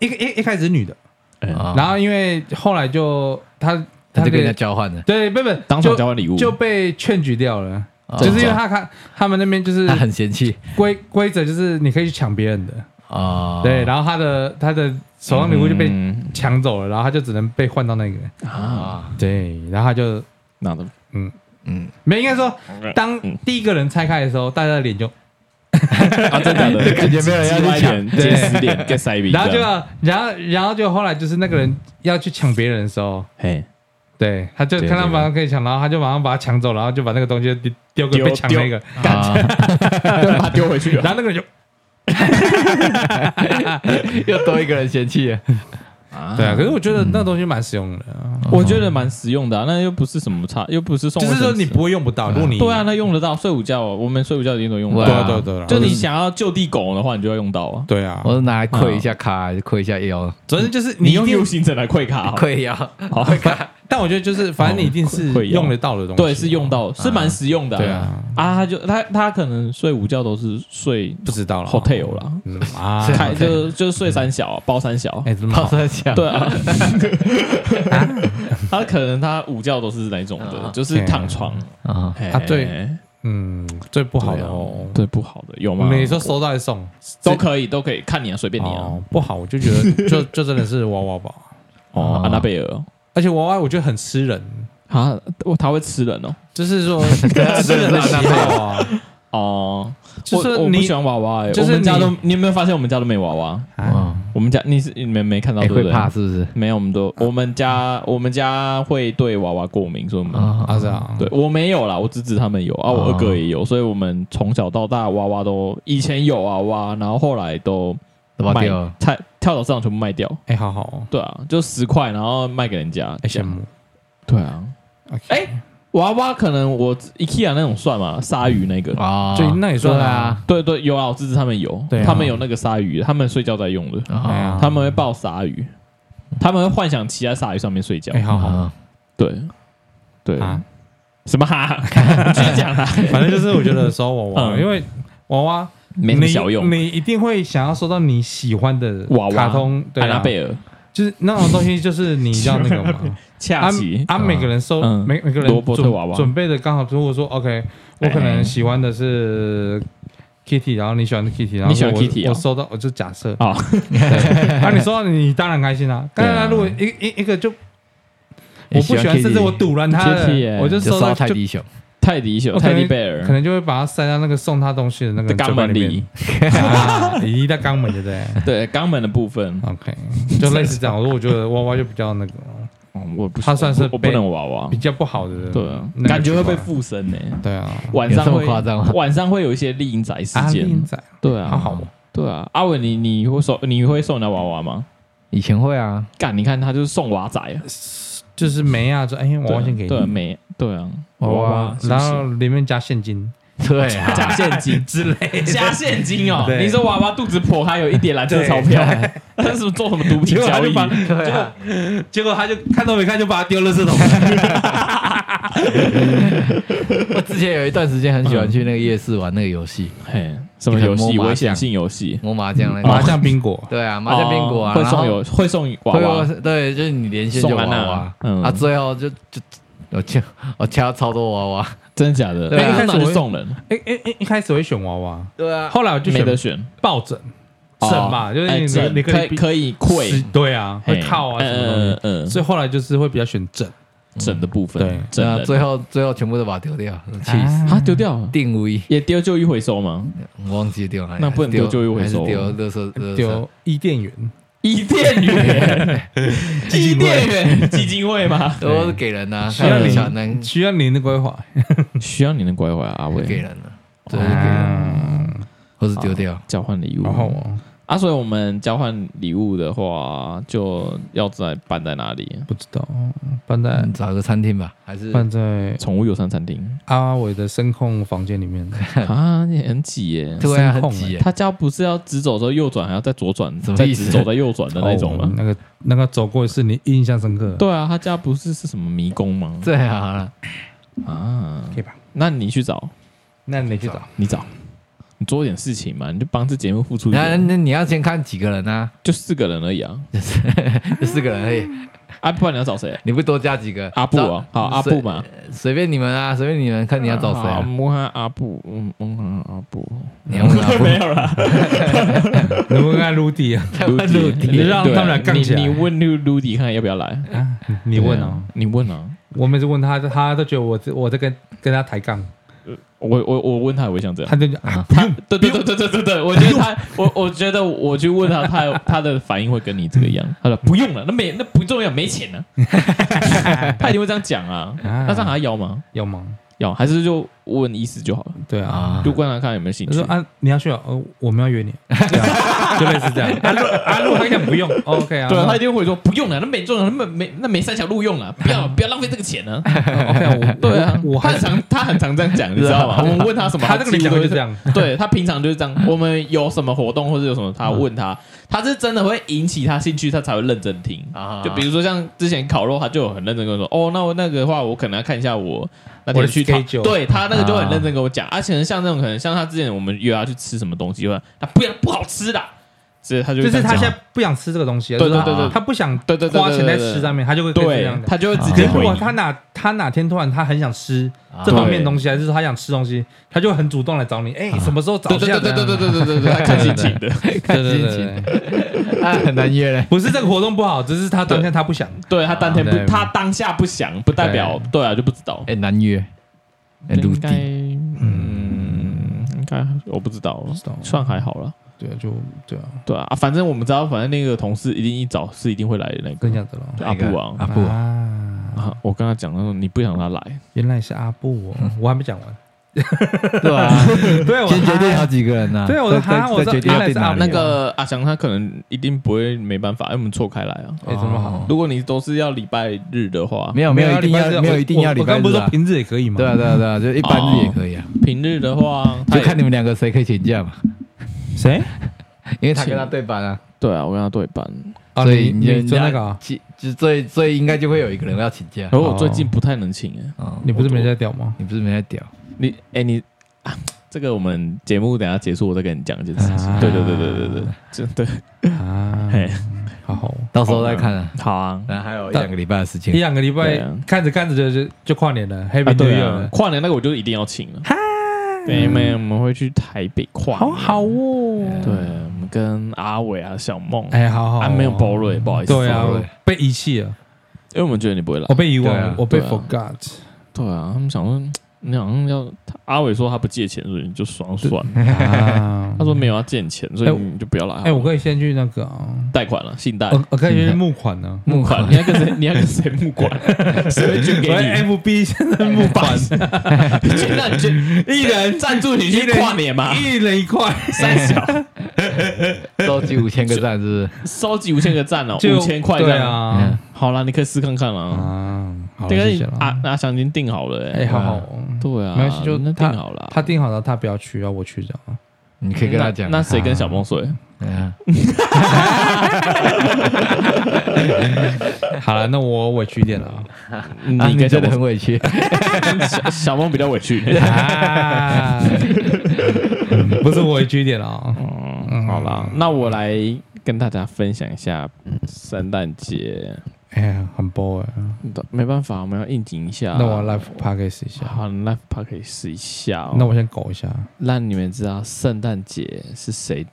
一个一一开始是女的，
嗯
然后因为后来就他
啊他
他
就
那
跟人家
个
交换了，
对不不
当场
就
交换礼物
就被劝举掉了，
哦
就是因为他看他们那边就是
他很嫌弃
规规则就是你可以去抢别人的，
啊，
对，然后他的他的手上礼物就被
嗯
抢走了，然后他就只能被换到那个，
啊，
对，然后他就
哪的？
嗯
嗯，
没应该说当
嗯
第一个人拆开的时候，大家的脸就，
啊，真的假 的，
感觉没有人要去
歪 脸，
抢
接
对
死 脸，get 塞鼻，
然后就要然后然后就后来就是那个人要去抢别人的时候，
嘿
对，他就
对
看到
对
马上可以抢，然后他就马上把它抢走，然后就把那个东西丢丢给
丢
被抢那个，
啊，
对把它丢回去了
然后那个人就
又多一个人嫌弃了，
啊
对啊，可是我觉得那个东西蛮实用的啊，
我觉得蛮实用的啊，那又不是什么差，又不是送
就
卫生
是
纸，
说你不会用不到，如果你
对啊，那用得到睡午觉哦，我们睡午觉一定都用得到
对啊
啊。
对啊对啊，
就你想要就地狗的话，你就要用到啊。
对啊，
我是拿来跪一下卡，跪一下腰，
反正就是
你
一
用
定
U 型枕来跪卡哦，
跪腰，
好
但我觉得就是，反正你一定是
哦会会用
用得到的东西。啊
对，是用到，是蛮实用的。
对啊，
啊，他就他他可能睡午觉都是睡
不知道了
hotel 啦，
嗯啊，
是
开就就是睡三小啊，包三小。
哎，啊怎么
跑
好？
三下，
对啊， 他可能他午觉都是哪种的，就是躺床。
啊，
啊
对嗯，最不好
好
的
的
哦
哦，，对不好的有吗？
你说收到还是送
都可以，都可以看你啊，随便你啊。
哦，不好，我就觉得 就就真的是娃娃吧，
哦
哦，
安娜贝尔
而且娃娃我觉得很吃人，
啊，我他会吃人哦。
就是 说吃人的喜好啊，
哦，
就
我
是
我不
你
喜欢娃娃、欸，
就是
我们家
你
都，你有没有发现我们家都没娃娃？
啊，
我们家你是你们没看到、
嗯哎
对不
会
对？
怕是哦不是？
没有，我们都我们家我们家会对娃娃过敏，所以我们、
啊这样，
嗯对我没有啦，我侄子他们有啊，我
哦
二哥也有，所以我们从小到大娃娃都以前有啊娃，然后后来都
都把它
卖
掉了，
菜跳蚤市场全部卖掉，
哎，好好哦，
对啊，就十块，然后卖给人家，
哎，羡慕，
对啊，
哎，
娃娃可能我 IKEA 那种算嘛，鲨鱼那个。
啊，
对那也算
对
啊
啊，
对对，有啊，我侄子他们有，
对啊
他们有那个鲨鱼，他们睡觉在用的。
哎呀
啊，
他们会抱鲨鱼，他们会幻想骑在鲨鱼上面睡觉。
哎，好
啊
好
对，对，
啊，
什么 哈？继续讲啦，啊
反正就是我觉得收娃娃，
嗯
因为娃娃
没什么小用。
你，你一定会想要收到你喜欢的
娃娃
卡通，对、啊，
安娜贝尔、
就是那种东西，就是你要那个嘛。
恰
啊
奇，
啊，每个人收，
嗯
每每个人
罗伯特
准
娃娃
准备的刚好。如果说 OK，我可能喜欢的是 Kitty，然后你喜欢的 Kitty，然后
你喜欢
我
Kitty 哦
我收到我就假设，
啊，
啊，你收到你当然开心 啊。
对
当
啊
然，如果一一一个就我
你喜
不
欢
喜欢，甚至
Kitty
我堵拦他
Kitty 哎耶
了，我就
就
收
收
到
到泰
就
迪熊，
泰迪熊、
我可
泰
能
迪贝
可
尔
能就会把它塞到那个送他东西的那个
的
人
肛
嘴巴
门
里面
里，，
啊，已经在肛门对不对？
对肛门的部分，
OK，就类似这样。我说我觉得娃娃就比较那个哦
嗯我不，
它算是
我不我不
被
能娃娃
比，较不好的，
对啊
啊那，个
感觉会被
区块
附身呢。
对啊，
晚上
有这
会
么夸张吗
晚上会有一些丽影仔事
阿
件
令，仔
对
好
啊，
好哦，
对啊。阿伟，你你会送你会送人家娃娃吗？
以前会啊，
干，你看他就是送娃仔啊，
就是梅啊，说哎，娃娃先给
对
你，哦
没对啊，
娃娃
是不是
然后里面加现金，
对啊，
假现 金之类，假现金哦。
对
你说娃娃肚子破开有一点蓝色钞票， 那是不是做什么毒品
结果他
交
就
易？
把
对啊，
结果他就看都没看就把它丢垃圾桶，
我之前有一段时间很喜欢去那个夜市玩那个游戏，
嘿，什么游
你
戏？
看摸麻将
危险性游戏？
摸麻将那
麻
个，
将宾果，
对啊，麻将宾果啊，
哦会
然
送
后
有会送娃
会
娃，
有对，就是你连线就娃
送安
娃
娜，嗯
啊，最后就就我掐我掐到超多娃娃，
真的假的？
对
那
啊
一开始
那我
就
会
送人，
哎哎哎，一开始会选娃娃，
对啊，
后来我就
没
选
得选，
抱枕，枕嘛，
哦
就是
哎
你
枕
你
可
可以
以可以跪
是，对啊，会
嘿
靠啊什么东
嗯
西
嗯嗯，嗯
所以后来就是会比较选枕，
整的部分，
对
整
那
的
最后最后全部都把它丢掉，气死！
啊丢掉了，
定位
也丢旧衣回收吗？
我忘记丢了，
那不能丢就又回
还是
收
丢垃圾垃圾
嗯
丢伊甸园，
伊甸 园，伊甸园基金会吗？
都是嗯给人呐，
需
看
要
有
你
小能
需要您的规划。
需要你的乖乖啊，阿
给
伟，
人了，对，
哦
给人，
嗯
或是丢掉。
交换礼物。
然后我
啊，所以我们交换礼物的话，就要在办在哪里？
不知道搬在
嗯找个餐厅吧，还是
搬在
宠物友善餐厅
阿伟的声控房间里面，
啊，你很挤耶。
对啊，
声
很
控
挤耶，
他家不是要直走之后右转，还要再左转，
什么
再
意思
直走再右转的那种
哦
吗？
那个那个走过一次，你印象深刻？
对啊，他家不是是什么迷宫吗？
最好了。
啊，
可以吧？
那你去找，
那你去找，
你找，你做点事情嘛，你就帮这节目付出一
那
点，
那你要先看几个人啊？
就四个人而已啊，
就四个人而已，
啊，不然你要找谁？
你不多加几个？
阿布
找
啊，好阿
随
布嘛，
随便你们啊，随便你们，看你要找谁
啊
啊？
摸看阿布，嗯，摸看阿 布，
你要问阿布
没有啦，
能不能按陆地啊？
陆迪，
你让他们俩
对
杠起来
你你问陆陆迪看要不要来？
你问哦，
对啊，你问啊，
我每次问他，他都觉得我在我在跟跟他抬杠，
我我我问他也会像这样
他。就觉得啊，
他对对对对对对对，我觉得他我我觉得我去问他，他他的反应会跟你这个一样。他说不用了，那没那不重要，没钱呢、啊。他一定会这样讲啊。
啊
那这样还要吗？
要忙，
要还是就问医师就好了，
对啊。
啊
就？观察看有没有兴
他
趣
说。啊，你要去啊？哦，我们要约你，这 样就类似这样。阿路阿路他讲不用哦，OK 啊，
对啊，他
那
一定会说不用了，那没重要，那没没那没三小路用了，不要不要浪费这个钱呢、啊。
哦 OK 啊，我
对啊，
我
他
还
很常他很常这样讲，你知道吗？我们问他什么，
他这个
几
人
乎都
讲就是这样，
对他平常就是这样，我们有什么活动或者有什么，他问他，他是真的会引起他兴趣，他才会认真听。
啊
就比如说像之前烤肉，他就有很认真跟我说，哦，那我那个的话，我可能要看一下我那
我
天
的
去
schedule
对他那个就很认真跟我讲，而且像那种可能像他之前我们约他去吃什么东西，就说他不要不好吃啦，所以他就会
就是
这样
他
讲
现在不想吃这个东西了，
对
就是
对对
他
对
他不想
对对对
花钱在
对对对
吃上面，他就会跟这样
对，
讲。
他就会直
可
接
是如
回
果
你。
他哪他哪天突然他很想吃
啊
这方
对
面东西，还是说他想吃东西，他就很主动来找你。哎，什么时候找
对
一
对
下？
对对对
这
对
样
对对对，他看心情的。
看
对
心
对对
情，
对对，
啊，很难约嘞。
不是这个活动不好，只是他当下他不想。
对他当天不
对，
他当下不想，不代表对啊就不知道。
哎，难约。哎，陆
应该，
地
嗯，应该我不知道
道，
算还好了。
对啊，就对啊，
对啊，啊反正我们知道，反正那个同事一定一早是一定会来的那个
跟你讲的了。
阿布啊
阿布啊，
啊，
啊，我跟他讲那种你不想他来，
原来是阿布哦，我还没讲完。
对吧？
对，我哦
先决定好几个人呐。啊
对我说
再再
哈我
再
说
决定
原来
要
是
定哪
阿
里
那
布
啊。
个阿翔他可能一定不会没办法，因为我们错开来啊。
哎，怎么好？
如果你都是要礼拜日的话，
没有没有一定
礼拜日
要
啊
没有
我
一定要
我
礼
我
拜
刚不
日
是
啊
说。平日也可以吗？
对啊对啊对啊，就一般日也可以啊，
平日的话，他
就
也
看你们两个谁可以请假嘛。
谁？
因为他跟他对班啊，
对啊，我跟他对班。
啊
所以
你
就
你做那个啊
请，就最最应该就会有一个人要请假。
可我最近不太能请哎，
哦，
你不是没在屌 吗？
你不是没在屌？
你哎你啊，这个我们节目等一下结束我再跟你讲一件事情。
啊
对对对对对对，真对，
啊，
嘿，
好好，
到时候再看啊。
好啊。
然后还有一
但
两个礼拜的时
一
间。
两个礼拜
对啊
看着看着就就就跨年了
啊，
，Happy New
对
Year
啊
了，，
跨年那个我就一定要请了。对，因为我们会去台北跨年。
嗯
啊
好好哦。
对，我们跟阿伟啊、小梦，
哎，好好哦，
啊，没有包瑞，不好意思，
对啊哦
包了，
被遗弃了，
因为我们觉得你不会来
我。被遗忘
对啊
了，我被
对啊
forgot。
对啊，他们想说，你好像要他阿伟说他不借钱，所以你就爽算 了。
啊
他说没有要借钱，所以
哎
你就不要来好了。
哎，我可以哦先去那个啊，
贷款了，信贷。
我我可以先去募款呢。
募款，你要跟谁？你要跟谁募 款？谁会捐给
我
你？
FB 现 在募款，
捐那你捐一人赞助你
一
去
人
跨年嘛？
一人一块，
三小
收集五千个赞是
收集五千个赞哦，
就
五千块这
对
样。
不是？嗯
啊，
好啦，你可以试看看啦。
啊，好
这
了，谢谢
个
了。
阿阿翔已经定好了，
哎，
哎，
好好哦，
对啊，
没关系就
那定
他
好了。
他定好了，他不要去，要我去这样。
你可以跟他讲。啊
那那谁跟小梦睡？
嗯
好了，那我委屈一点了啊。
你
啊，你
跟小
真的
梦
很委屈。
小小梦比较委屈。
啊， 不是我委屈一点了啊。
嗯，好啦，那我来跟大家分享一下圣诞节。
哎呀，很 boy。
没办法，我们要应景一下。
那我 live p a c k a g e 一下，
好，live p a 可以试一下哦。
那我先苟一下。
让你们知道圣诞节是谁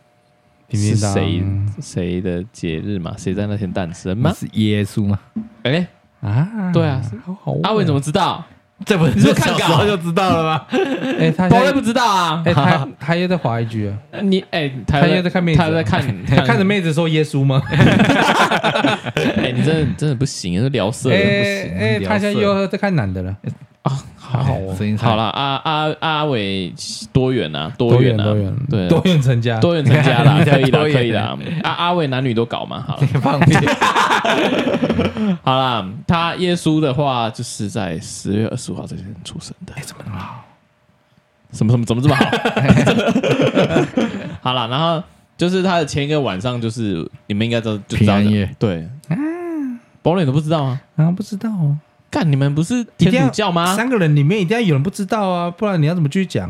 叮叮
是
当
谁谁的节日嘛？谁在那天诞生吗？
是耶稣吗？
哎、
啊，
对啊
好好玩
阿伟怎么知道？
这不是
你是不是看稿
小时候就知道了吗？
哎，他
宝
他
瑞不知道啊。
哎他他也在滑 IG 啊，
你哎，他
他又在看妹子啊哎
他在看
看着。妹子说耶稣吗？
哎，你真的真的不行， 这聊色的不行。哎
哎哎，他现在又在看男的了，哎
好好哦
声音差
好了，阿阿阿伟多远啊？多
多
远
远
啊？
多远
对，
多远成家，
多远成家啦，
你
可
才
以啦，
多远
可以啦。啊阿阿伟男女都搞嘛，好了，
放屁！
好啦。他耶稣的话就是在十月二十五号这天出生的。哎怎么那么好？什么什么怎么这 么好？好啦，然后就是他的前一个晚上，就是你们应该都就知道的
平安夜，
对。保罗你都不知道吗？
啊，不知道哦。
干，你们不是天主教吗？
三个人里面一定要有人不知道啊，不然你要怎么继续讲？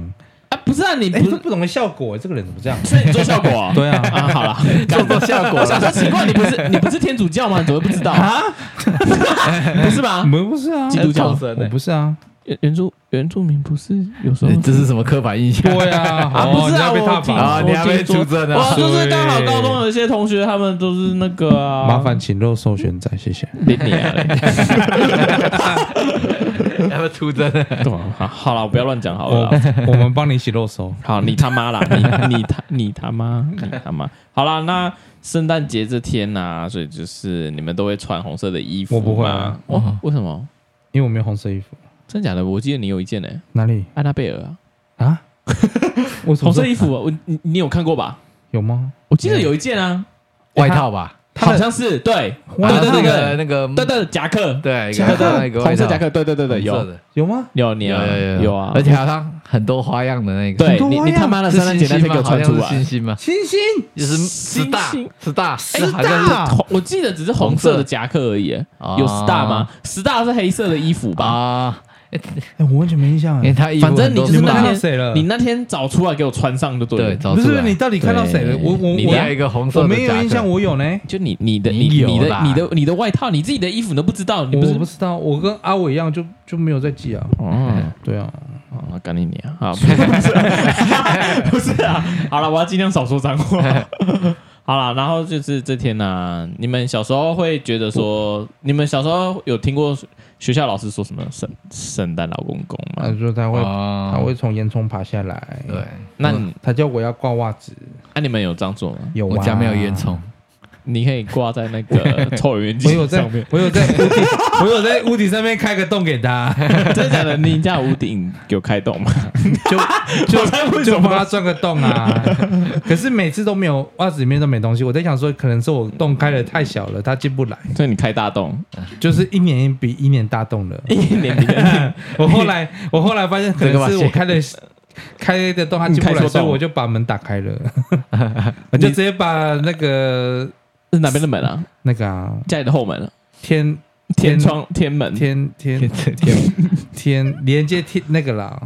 啊，不是啊，你
哎，
不
不
是
不懂得效果，这个人怎么这样？
所以你做效果啊？
对啊
啊，好啦。
做做效果
我想说奇怪，你不是你不是天主教吗？你怎么会不知道啊？ 不是
我
吧？
们不是啊，
基督教
众神
我
呢
不 是啊，
原原住原住民不是有时候
哎这是什么刻板印象？
对啊，
啊，不是啊，
要被
我
踏
听
伐，
啊你还被
出
纠正啊
我就是刚好高中有一些同学，他们都是那个啊，
麻烦请肉受选仔，谢谢。
理你 啊嘞！
要不要出征？
干嘛好啊好了，我不要乱讲好了
我
啦。
我们帮你一起肉收，
好，你他妈啦，你你他你他妈，你他妈！好啦，那圣诞节这天呐，所以就是你们都会穿红色的衣服吗，
我不会啊
哦，为什么？
因为我没有红色衣服，
真假的？我记得你有一件呢，
哪里
安娜贝尔啊，
啊？
红
我什么时候
色衣服，啊 我你你有看过吧？
有吗？
我记得有一件啊，
外套吧，
他的
好像是对，
哇
对对对
那
对
个那个
对对夹克，
对，
对对
一个
对，
外
红色
套
夹克，对对对对，
红色
有
的
有吗？
有你啊
有
有啊，
而且好像很多花样的那个，
对
很多
你
啊
你他妈的
是
圣诞节
星
那天
星
给我
吗？好
穿
像
出
是
来哎
星，星吗？
星星
就是
星
是大
星
是大是
哎
好像是
大
红我记得只是红色的夹克而已，
哦
有 star 吗？star 是黑色的衣服吧？
啊，
哎，我完全没印象
因为
哎。
他衣服
反正你
很多
就是
你们
那
看
大
到
天
谁了
你那天找出来给我穿上就
对，
对了，
找
不
出
是
来
你到底看到谁了？
对
我我
你
你还
我
有一个红色
我
的
没有
夹
印
克
象，我有呢。
就你你的
你
你
有
你的
啦
你的你的外套，你自己的衣服你都不知道，你
我
不
我
是
不知道，我跟阿伟一样，就就没有在记啊。
哦。
对啊，
啊，干你 娘！啊，不是啊，不是 啊，好了，我要尽量少说脏 话。好了，然后就是这天呢、你们小时候会觉得说，你们小时候有听过学校老师说什么圣圣诞老公公
他
吗？
说他会
啊
他会从烟囱爬下来，
对，
那你
他叫我要挂袜子，
那、你们有这样做吗？
有啊
我家没有烟，囱，
你可以挂在那 个臭油烟
我
机
有在
上面，
我有在屋顶，我有在屋顶上面开个洞给他，
真的假的？你家有屋顶有开洞 吗？
就
我在
就
问
就
什
帮
么
他钻个洞啊。 可是每次都没有袜子里面都没东西，我在想说，可能是我洞开的太小了，他进不来，
所以你开大洞，
就是一年比一年大洞了。
一年比一 年
我后来我后来发现，可
这个
能
吧
是我开的。 开的洞他进
你
不
开错
来，
洞
所以我就把门打开了， 我就直接把那个
是哪边的门啊？
那个啊
家里的后门啊，
天
天
天
窗、天门、
天天
天
天连接天那个啦，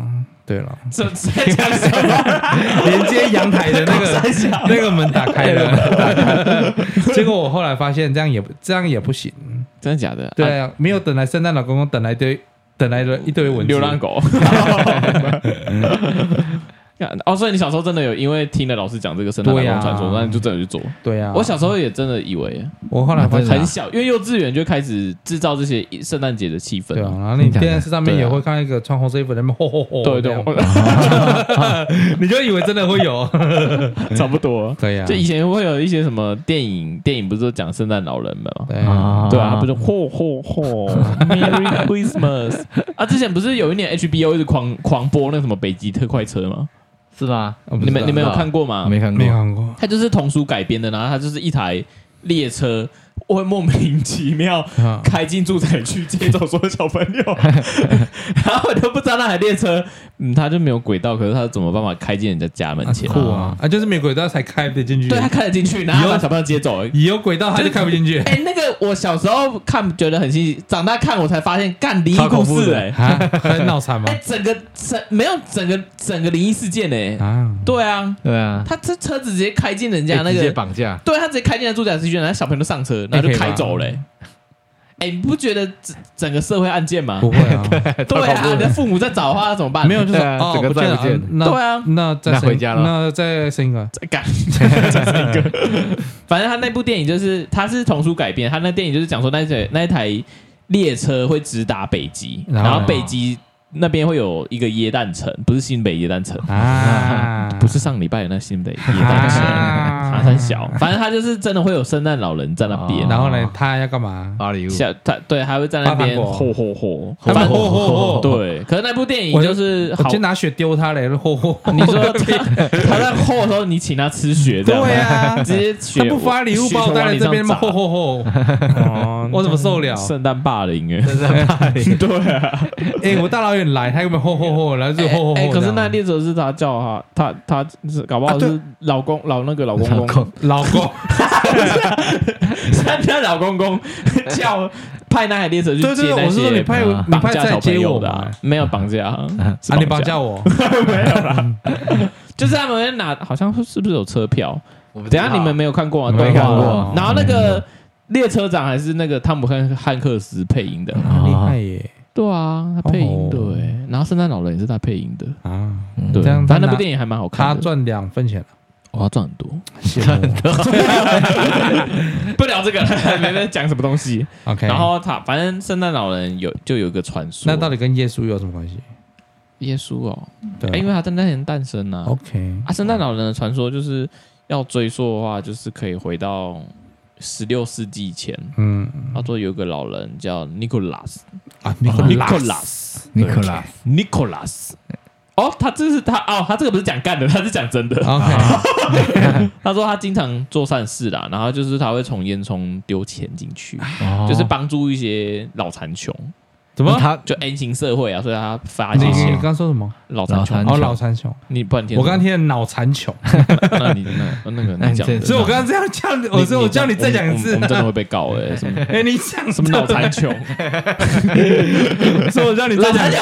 对了，
这 这在讲什么？
连接阳台的 那个那个门打开了，结果我后来发现这样也不这样也不行，
真的假的？啊，
对啊，没有等来圣诞老公公，等来一堆等来了一堆蚊子，
流浪 狗。 哦，所以你小时候真的有因为听了老师讲这个圣诞老
对
公
啊
传说，那你就真的去做。
对啊，
我小时候也真的以为
我后来发
真的啊
现。
很小，因为幼稚园就开始制造这些圣诞节的气氛
对啊，。然后你电视上面
对啊
也会看到一个穿红色衣服的在那边吼吼 吼，
对对，
这样
我
你就以为真的会有，
差不多。
对啊呀
就以前会有一些什么电影，电影不是都讲圣诞老人们吗？
对啊，
对啊，他不是吼吼吼 ，Merry Christmas 啊！之前不是有一年 HBO 一直狂狂播那个什么北极特快车吗？
是吗？
我不
你
知道
们你们有看过吗？
啊没看过
没，看过？
它就是童书改编的，然后它就是一台列车会莫名其妙
啊
开进住宅区接走所有小朋友，然后我都不知道那台列车，嗯，它就没有轨道，可是它怎么办法开进人家家门
啊
前？
酷啊啊！就是没有轨道才开得进去，
对，它开得进去，然后它
以
把
后
小朋友接走。
有轨道他就开不进去。
哎、那个我小时候看觉得很新奇，长大看我才发现干灵异故事哎、
啊，很脑残吗
哎、？整个整没有整个整个灵异事件哎、
啊，
对啊，
对啊，
他这车子直接开进人家
哎
那
直接
个
绑架，
对他直接开进了住宅区，然后小朋友都上车，然后就开走了、欸。哎、你不觉得整整个社会案件吗
不？会 啊，
对啊，你的父母在找的话怎么办？
没有就是
对啊
哦，
整个
不见
再
了，
不见
啊那
对啊
那再
那
生
回家了
那再啊生一个，
在 干，这是一 个。反正他那部电影就是，他是童书改编，他那电影就是讲说那台那一台列车会直达北极，
然
然
后呢
后北极那边会有一个椰蛋城，不是新北椰蛋城，
啊，
不是上礼拜的那新北椰蛋城，
啊
爬山小，反正他就是真的会有圣诞老人在那边，
然后呢，他要干嘛？
发礼物，
小他对，还会在那边
发糖果
吼吼吼，
他
反
们吼吼吼，，
对，可是那部电影
我就
就是
我
好
就。拿雪丢他嘞，吼吼吼！啊
你 说 他他在吼的时候，你请他吃雪，这样吗
对啊
直接
他
雪
不发礼物，
雪
把我
球
带
往
来
你
这
上
边吗？
砸
吼吼吼！
哦
我怎么受了
圣诞霸凌哎，
真的发 礼 物
对啊，
哎，我大老远来，他有没有吼吼吼？然后 就吼吼
哎，
吼。
可是那
这
列者是他叫哈，他他是搞不
啊
好
对
是老公老那个老公
老
公，
公
样老公，
他他老公公叫派那台列车去
对对
接
对，
那
我是说你
些
派
啊
你
绑
派
架
菜
小
接
朋
我
友的
嘛
啊，没有绑架
啊，
啊
你绑架我，
就是他们会拿，好像是不是有车票？
我不知
等
道
一下你们没有看过嗯啊，
没
动画
看过
了然后那个列车长还是那个汤姆汉汉克斯配音的，
啊
厉害耶
对啊，他配音的
哦
哎，然后圣诞老人也是他配音的，
啊！
对，
这样他
反正那部
拿
电影还蛮好
他
看的，
赚两分钱了，
哦，他赚很多。
羡慕我。
不聊 这个，没在讲什么东 西。
OK，
然后他反正圣诞老人有就有一个传说，
那到底跟耶稣有什么关系？
耶稣哦，
对啊
哎因为他在那年诞生呐、啊。
，OK，
啊，圣诞老人的传说就是要追溯的话，就是可以回到十六世纪前。
嗯
他说有个老人叫 Nicholas
啊，
尼
你
古拉斯
尼克拉
Nicholas。哦，他这是他哦，他这个不是讲干的，他是讲真的。
OK，
他说他经常做善事啦，然后就是他会从烟囱丢钱进去，
哦
就是帮助一些老残穷。
怎么？
他
就 N 型社会啊，所以他发一
你
些
你
钱
刚说什么？
老残穷
残
哦，
穷
脑残穷。
你不然听
我刚刚
听，
听的脑残穷，
那你那那个
那
你
你
讲
这
的，
所以我刚刚这样叫你，我
你
说我叫你再讲一
我
次
们我们我们。真的会被告哎，什么
哎，你讲
什么脑残穷，
所以我叫你再讲一次。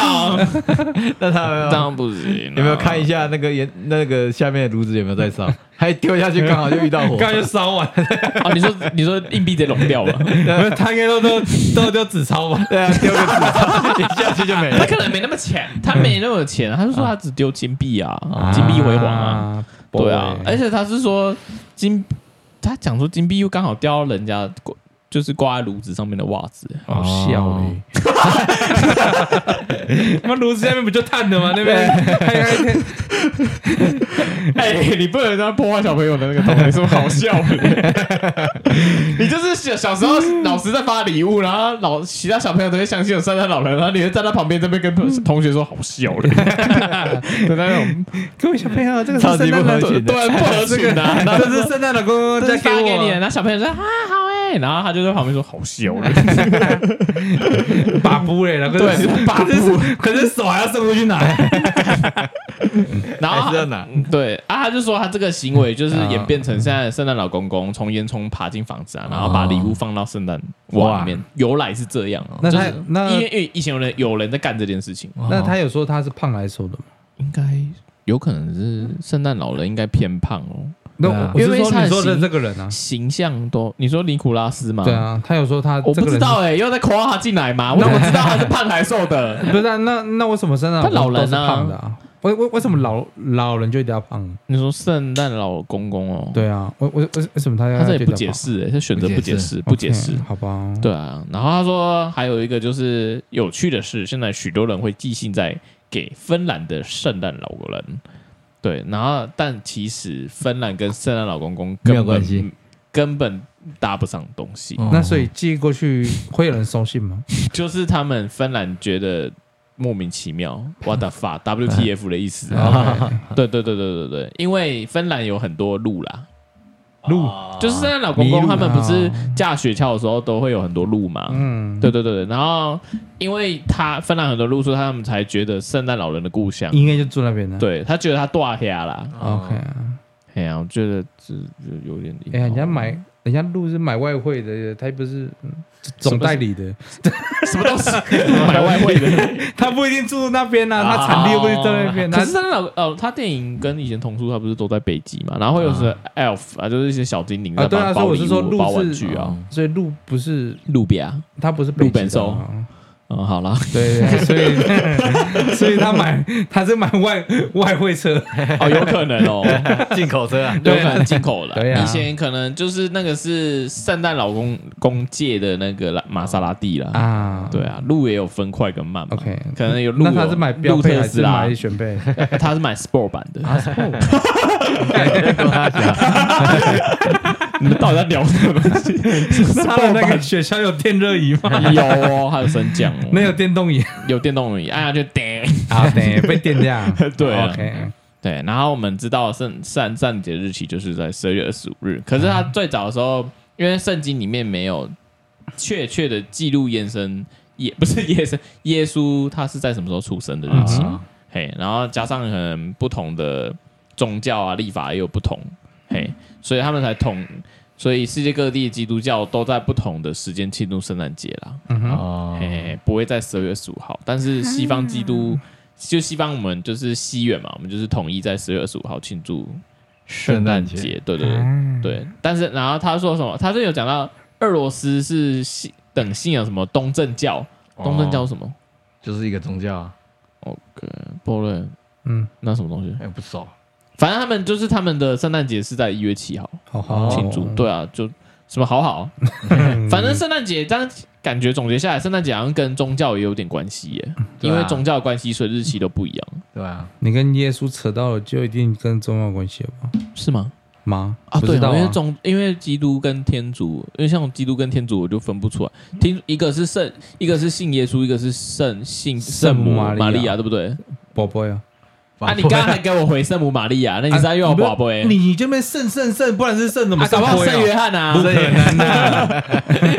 穷，
那他没有
当然不行啊，
有没有看一下那个盐那个下面的炉子有没有在烧？还丢 下去刚好就遇到火，
刚刚就烧完，
啊？你说你说硬币直接融掉了，
没有 他应该都都都丢纸钞吧？
对啊，丢个纸，一下去就没
他
了。
可能没那么钱，他没那么有钱，他就说他只丢金币啊，金碧辉煌啊，
啊，
对啊，
不会
而且他是说金，他讲说金币又刚好掉到人家就是挂在炉子上面的袜子，
好笑
欸
哦
嘞！哎那炉子下面不就炭的吗？那边 还还还
哎、你不能这样破坏小朋友的那个童年，是不是好笑的？ 你就是小小时候老师在发礼物，然后老其他小朋友都会相信有圣诞老人，然后你会站在旁边这边跟同同学说好笑 的，的那种，
各位小朋友，这个
超
是
级
圣
不
诞老
合
公，
群 的，
对，不合群的、啊。然后
这是圣诞老公
就
再
是
给
发给你，
我欸
然后小朋友 说啊好哎、然后他就在旁边说好笑的，
把布嘞，然后可是
对，把布，
可是手还要伸过去拿，
然后
还是要拿
嗯 对啊，他就说他这个行为就是
啊
演变成现在的圣诞老公公从烟囱爬进房子啊，然后把礼物放到圣诞袜里面，由来是这样哦。
那
就是
他那
因为因为以前有人有人在干这件事情，
那他有说他是胖来说的吗？
应该有可能是圣诞老人应该偏胖哦，
那
对啊
我我是
因为
说
他的
你说的
形
这个人啊，
形象都你说尼古拉斯吗？
对，啊，他有说他
我不
这个
知
人
道哎，又在夸他进来嘛，我怎么知道 他是胖还是瘦的？
是，不是啊那那为什么圣诞
他老
公都是
人啊
胖的啊？为为为什么老老人就一定要胖？
你说圣诞老公公哦，，
对啊，为为为为什么他要
他这也
就
不
一定
解
要
释哎，他选择不解释，
胖
不解释
OK，。好吧？
对啊，然后他说还有一个就是有趣的是，现在许多人会寄信在给芬兰的圣诞老人，对，然后但其实芬兰跟圣诞老公公根
没有
本
关系，嗯
根本搭不上东西，
那所以寄过去会有人收 信吗？
就是他们芬兰觉得莫名其妙，what the fuck，WTF 的意思，啊
啊
对对对对对对，因为芬兰有很多路啦，
路
哦就是
啊
圣诞老公
迷
公
路
他们不是
啊
架雪橇的时候都会有很多路嘛，
嗯，
啊对对对对，然后因为他芬兰很多路，所以他们才觉得圣诞老人的故乡。
应该就住那边的。
对哦他觉得他大黑啦，
哦
，OK 啊。
哎呀、我觉得这这有点硬
哎、人家买， 人家路是买外汇的，他又不是嗯总代理的，
什么东西 买外汇的，
他不一定住那边呐、他产地啊又不是在那边，
啊可
啊他
是圣诞老哦，他电影跟以前童书他不是都在北极嘛，然后又是 elf 啊，就是一些小精灵
啊，
在
对啊，
帮包
所以我是
礼
说啊
物、
路
包玩
是
具啊，
所以路不是
路边啊，
他不是北
路本
极的
兽
啊
嗯，好 了，
对，对所以 所以他买他是买外外汇车，
哦，有可能哦，
进口车啊，
有可能进口
对
了。
啊
以前可能就是那个是圣诞老公公界的那个啦玛莎拉蒂啦，
啊，
对啊，路也有分快跟慢嘛。
OK
可能有路
那
有，
他是买标
路
配
特
还
斯
是
拉
买，选 配？啊哦
他是买 Sport 版的。 你们到底在聊什么东西？
那他的那个雪橇有电热椅 吗？
有哦，还有升降 哦，
没有电动椅
有电动椅，按哎 下去叮。
啊？对，被电这 样
对啊
哦，OK，
对，然后我们知道圣圣诞节日期就是在十二月二十五日，可是他最早的时候，因为圣经里面没有确切的记录延伸，也不是耶稣，耶稣他是在什么时候出生的日
嗯
期，嗯
啊
嘿，然后加上可能不同的宗教啊、历法也有不同，嘿，所以他们才统，所以世界各地的基督教都在不同的时间庆祝圣诞节啦。
嗯哼，
哦，
哎，不会在十二月十五号，但是西方基督、就西方我们就是西元嘛，我们就是统一在十月二十五号庆祝
圣诞节
节，对对对、
啊
对。但是然后他说什么？他是有讲到俄罗斯是信等信仰什么东正教，东正教是什么？
哦就是一个宗教啊，
OK，波论
嗯，
那什么东西？
哎，不熟，
反正他们就是他们的圣诞节是在一月七号
好
哦
好
庆祝，， 对啊，就什么好好，
嗯
反正圣诞节，但感觉总结下来，圣诞节好像跟宗教也有点关系耶，
对
因
啊
为宗教的关系，所以日期都不一样，
对啊吧？
你跟耶稣扯到了，就一定跟宗教有关系了吧？
是吗？
吗？
啊，
不
对
知道
哦，因为
啊，
总因为基督跟天主，因为像基督跟天主，我就分不出来。听一个是圣，一个是信耶稣，一个是圣信
圣
圣
母
母
玛利亚
玛利亚，对不对？
宝贝啊，
啊，你刚刚还给我回圣母玛利啊亚，那你现在又要宝贝？
你这边圣圣圣，不然是圣什么
啊，搞
圣
不
杯啊？
好圣约翰啊，
不可能啊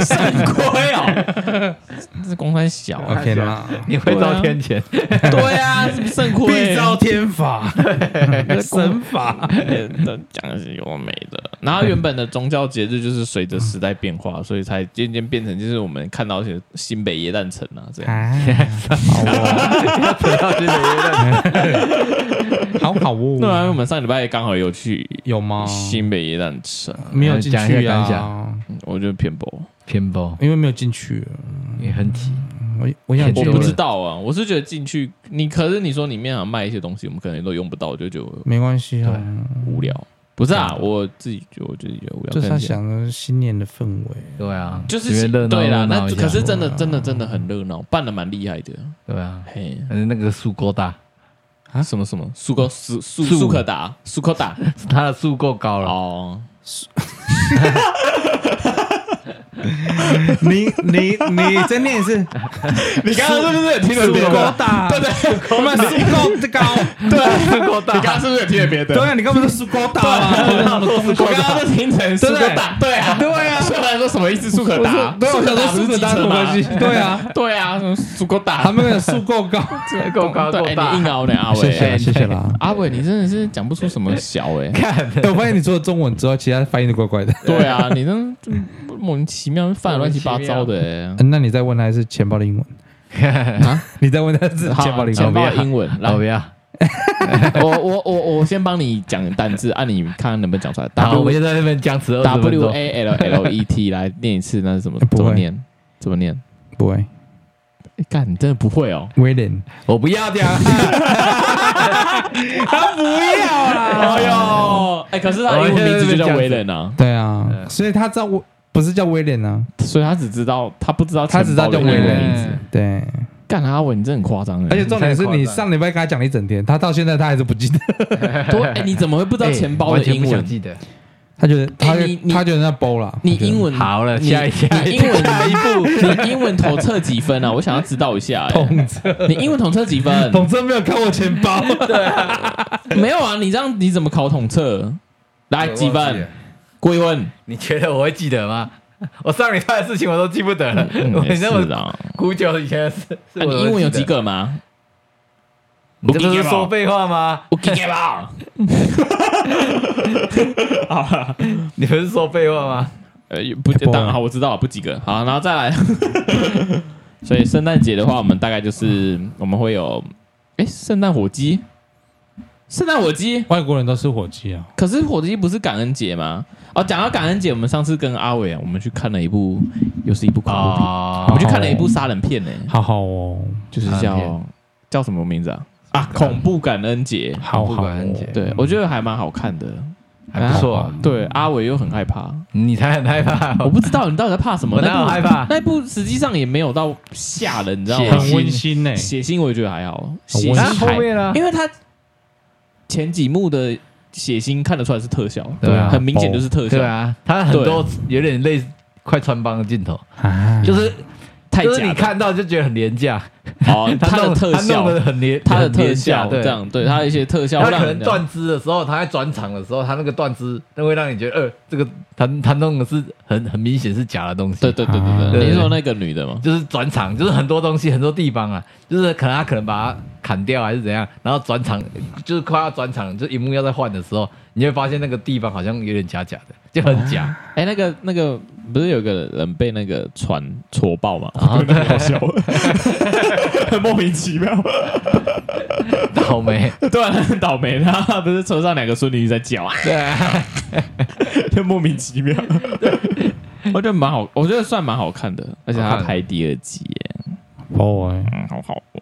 圣龟哦，这公山小啊，
，OK 啦，
你会遭天谴，
对啊，是不是圣
必
龟，
遭 天罚，神罚，
讲的是有完没的。然后原本的宗教节日就是随着时代变化，所以才渐渐变成就是我们看到一些新北耶诞城啊这样。
好哦，
扯到这个
好好哦，
对啊，因为我们上礼拜刚好有去
有吗？
新北耶诞城，
没有进
讲一
去
下感
啊
想，
我觉得偏薄，
偏包
因为没有进去，
也很挤，
我我想
我
去
偏，
不知道啊，我是觉得进去你，可是你说里面好像卖一些东西，我们可能都用不到，我就觉得
没关系啊，
无聊。不是啊，我自己觉得我自己觉得无聊，
就是
可
他
能
想的新年的氛 围，
对啊，
就是
因为热闹
对啦，那
热闹一下
可是真的真的真的很热闹，办的蛮厉害的，
对啊，
嘿。
但是那个树 够大，
啊，什么什么苏格苏苏
树
苏克达苏克达
它的树够高了，
哦，
你你你再念一次，
你刚刚是不是也听
足
别
够
的？
大，
对对，
我们足够高，
对，苏克 达，你刚刚是不是也听了别的？
啊对啊，你根本就足够大啊，
我刚刚是听成苏格达，对啊，
对啊
虽然说什么意思？苏格达，
对，啊我想说
苏
苏
格
格
达
达
不是机
什么
车吗
关系？对 啊，
对啊，什么苏格达，
他们的树够高，
够高
对
够
哎你硬
大，
凹呢，阿伟，
谢谢啦谢谢啦
阿伟，你真的是讲不出什么小哎，
对我啊发现你除了中文之外，其他翻译的怪怪的。
对啊，你真的莫名其妙犯了乱七八糟的 哎。
嗯那你再问他一次钱包的英文，你再问他一次
好
钱包的英
钱
文
包的英 文，来
老，要。
我我我我先帮你讲单 字，按、你看看能不能讲出来。
然后我们
W
就在那边僵持二十分
W
钟，
A L L E T 来念一次，那是怎么
不会
怎么念？怎么念？
不会
诶干，你真的不会哦！
，William，
我不要这样，
他不要啦。
哎呦，哎，可是他英文名字就叫威廉啊，
对啊，所以他知道我不是叫威廉啊，
所以他只知道他不知道
他只知道叫
钱包的英文
威廉
名字。
对。
干阿伟，你真的很夸张哎！
而且重点是你上礼拜跟他讲了一整天，他到现在他还是不记得，
多哎，你怎么会不知道钱包
哎
的
完全
英
不
文
想？记得，
他觉得他
哎你你
他觉得那包啦。
你
我觉得
英文
好了
你
下一下
你
一
英文下一步，你英文统测几分啊？我想要知道一下。哎
统测
你英文统测几分？
统测没有看我钱包，
没有啊，你这样你怎么考统测？来几分？？归问，
你觉得我会记得吗？我上礼拜的事情我都记不得了，嗯我
也
你
是
那么
啊。
古久以前的事，是
那
我都
你
记得
英文有及？格吗？
你这不是说废话吗？
我及格 吧。
你不是说废话吗？
呃，不，
不
当然好，我知道了，不及格。好，然后再来。 所以圣诞节的话，我们大概就是我们会有，哎，圣诞火鸡，圣诞火鸡。
外国人都吃火鸡啊，
可是火鸡不是感恩节吗？哦，讲到感恩节，我们上次跟阿伟啊，我们去看了一部，又是一部恐怖片，
啊
我们去看了一部杀人片呢、
好好哦，
就是
杀人
叫
片
叫什么名字啊？啊，恐怖感恩节。
好好
不
哦
感恩节，
对，我觉得还蛮好看的。
还不错。
对，阿伟又很害怕，
你才很害怕，
我不知道你到底在怕什么。
我哪有
那部
害怕
那部实际上也没有到吓人，你知道
血
吗？
很温馨欸呢。
血腥我也觉得还好，
很
血
温
腥
馨
那
还
啊后面呢？
因为他前几幕的血腥看得出来是特效，
对啊
很明显就是特效
对，啊，他很多有点类似快穿帮的镜头，
啊
就是
嗯太
就是
假
你
了。
看到就觉得很廉价，
哦， 他的
弄
特
他
效
弄，的很廉，
他的
很
特
廉价
效
对
这。样，对他的一些特效
他
让
可能
人
断肢的时候，他在转场的时候，他那个断肢，那会让你觉得，呃，这个他他弄的是很很明显是假的东西。
对对对对
对
啊对，
对
你是说那个女的吗？
就是转场，就是很多东西，很多地方啊，就是可能他可能把它砍掉还是怎样，然后转场就是快要转场，就荧幕要再换的时候，你会发现那个地方好像有点假假的，就很假。
哎，那个那个不是有个人被那个船戳爆吗？
然后
那个好笑，很啊 莫名其妙。
倒霉，
对啊，很倒霉，他 不是车上两个孙女在叫啊，
对啊，
就莫名其妙。我觉得蛮好，我觉得算蛮好看的，而且
好
他
看
拍第二集耶，
哦，哎
嗯，好好哦。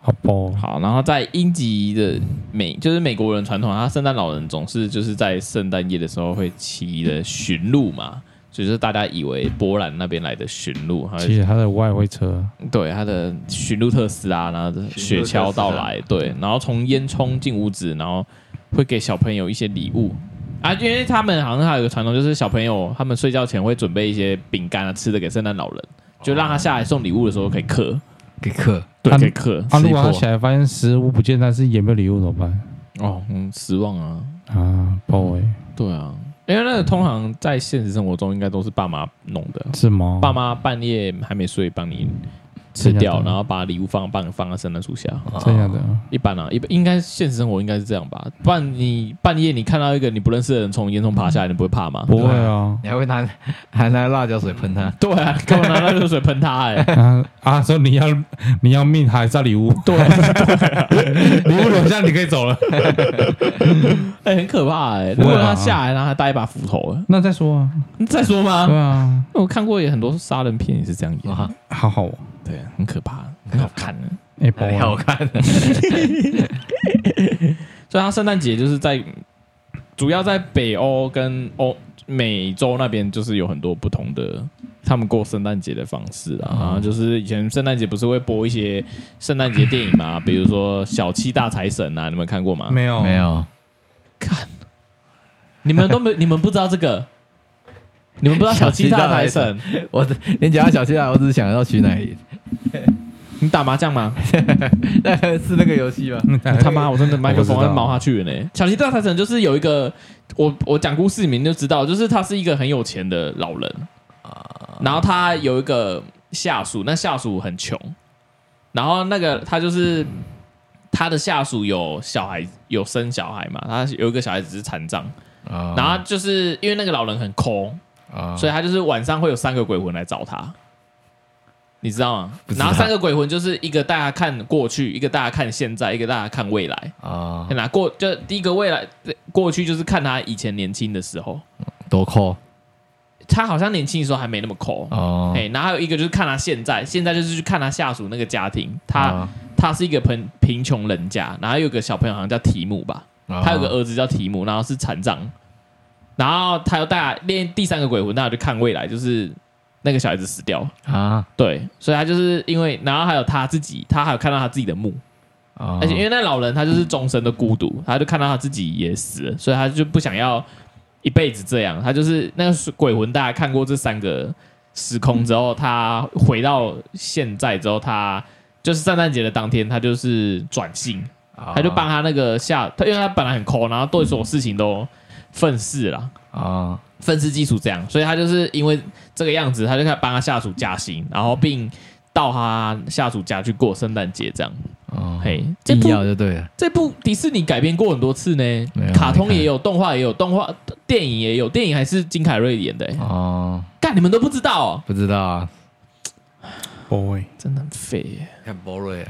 好不好？
好，然后在英籍的美，就是美国人传统，他圣诞老人总是就是在圣诞夜的时候会骑着驯鹿嘛，就是大家以为波兰那边来的驯鹿，他
其实他的外汇车
对他的驯鹿特斯拉，然后雪橇到来，对，然后从烟囱进屋子，然后会给小朋友一些礼物啊，因为他们好像还有个传统，就是小朋友他们睡觉前会准备一些饼干啊吃的给圣诞老人，就让他下来送礼物的时候可以嗑，
给克，
对，
他
可以
们
嗑
啊，如果他
破
起来发现食物不见，但是也没有礼物怎么办
哦，嗯，失望啊，
啊？不哎，
对啊，因为那个通常在现实生活中应该都是爸妈弄的，
是吗？
爸妈半夜还没睡帮你吃
真的假
掉，
的
然后把礼物放放放在圣诞树下，
这样的
一般啊，一般应该现实生活应该是这样吧？不然你半夜你看到一个你不认识的人从烟囱爬下来，你不会怕吗？
不会啊
你还会拿还拿辣椒水喷他，
对啊，干嘛拿那热水喷他、 欸？哎，
啊啊！说你要你要命还是要礼物？对， 礼物留下你可以走了。
哎，很可怕哎、如
不会啊
果他下来，然后还带一把斧头、欸，
那再说啊，
你再说
对
吗？
啊，
我看过也很多杀人片也是这样演，
哇，
好好哦，
对，很可怕，很好看的。
哎，宝
太好
啊，
看了。
所以他圣诞节就是在主要在北欧跟欧美洲那边，就是有很多不同的他们过圣诞节的方式啦。然后就是以前圣诞节不是会播一些圣诞节电影 嘛，比如说《小七大财神》啊，你们看过吗？
没有
没，有，
你们都没，你们不知道这个。你们不知道 小七大财神？
我你讲到小七啊，我只是想到徐乃麟，
你打麻将吗？
那是 那个游戏 吗？
嗯
哎他
哎
妈，我真的麦克风
我
要
知道
毛下去了呢。小七大财神就是有一个，我我讲故事你们就知道，就是他是一个很有钱的老人，
啊
然后他有一个下属，那下属很穷，然后那个他就是他的下属有小孩，有生小孩嘛，他有一个小孩子是残障，
啊
然后就是因为那个老人很抠，
啊
所以他就是晚上会有三个鬼魂来找他，你知道吗？
不知道
然后三个鬼魂就是一个带他看过去，一个带他看现在，一个带他看未来。
啊
很，难过，就第一个未来过去就是看他以前年轻的时候，
多扣
他好像年轻的时候还没那么抠。
哦
哎、然后还有一个就是看他现在，现在就是去看他下属那个家庭，他、
啊
他是一个贫贫穷人家，然后有个小朋友好像叫提姆吧，
啊
他有个儿子叫提姆，然后是残障，然后他又带练第三个鬼魂，那我就看未来，就是那个小孩子死掉，
啊
对，所以他就是因为，然后还有他自己，他还有看到他自己的墓，
啊
而且因为那老人他就是终身的孤独，他就看到他自己也死了，所以他就不想要一辈子这样。他就是那个鬼魂，大家看过这三个时空之后，他回到现在之后，他就是圣诞节的当天，他就是转性，他
他
就帮他那个下，他因为他本来很抠，然后对所有事情都愤世了。
啊
愤世嫉俗这样，所以他就是因为这个样子，他就开始帮他下属加薪，然后并到他下属家去过圣诞节这样。
啊，
嘿，这
硬
部
要就对了，
这部迪士尼改编过很多次呢
没有，
卡通
没看
也有，动画也有，动画电影也有，电影还是金凯瑞演的、欸。
哦，
干、你们都不知道、哦，
不知道啊，
不会，
真的很废、耶
看 b o r 啊，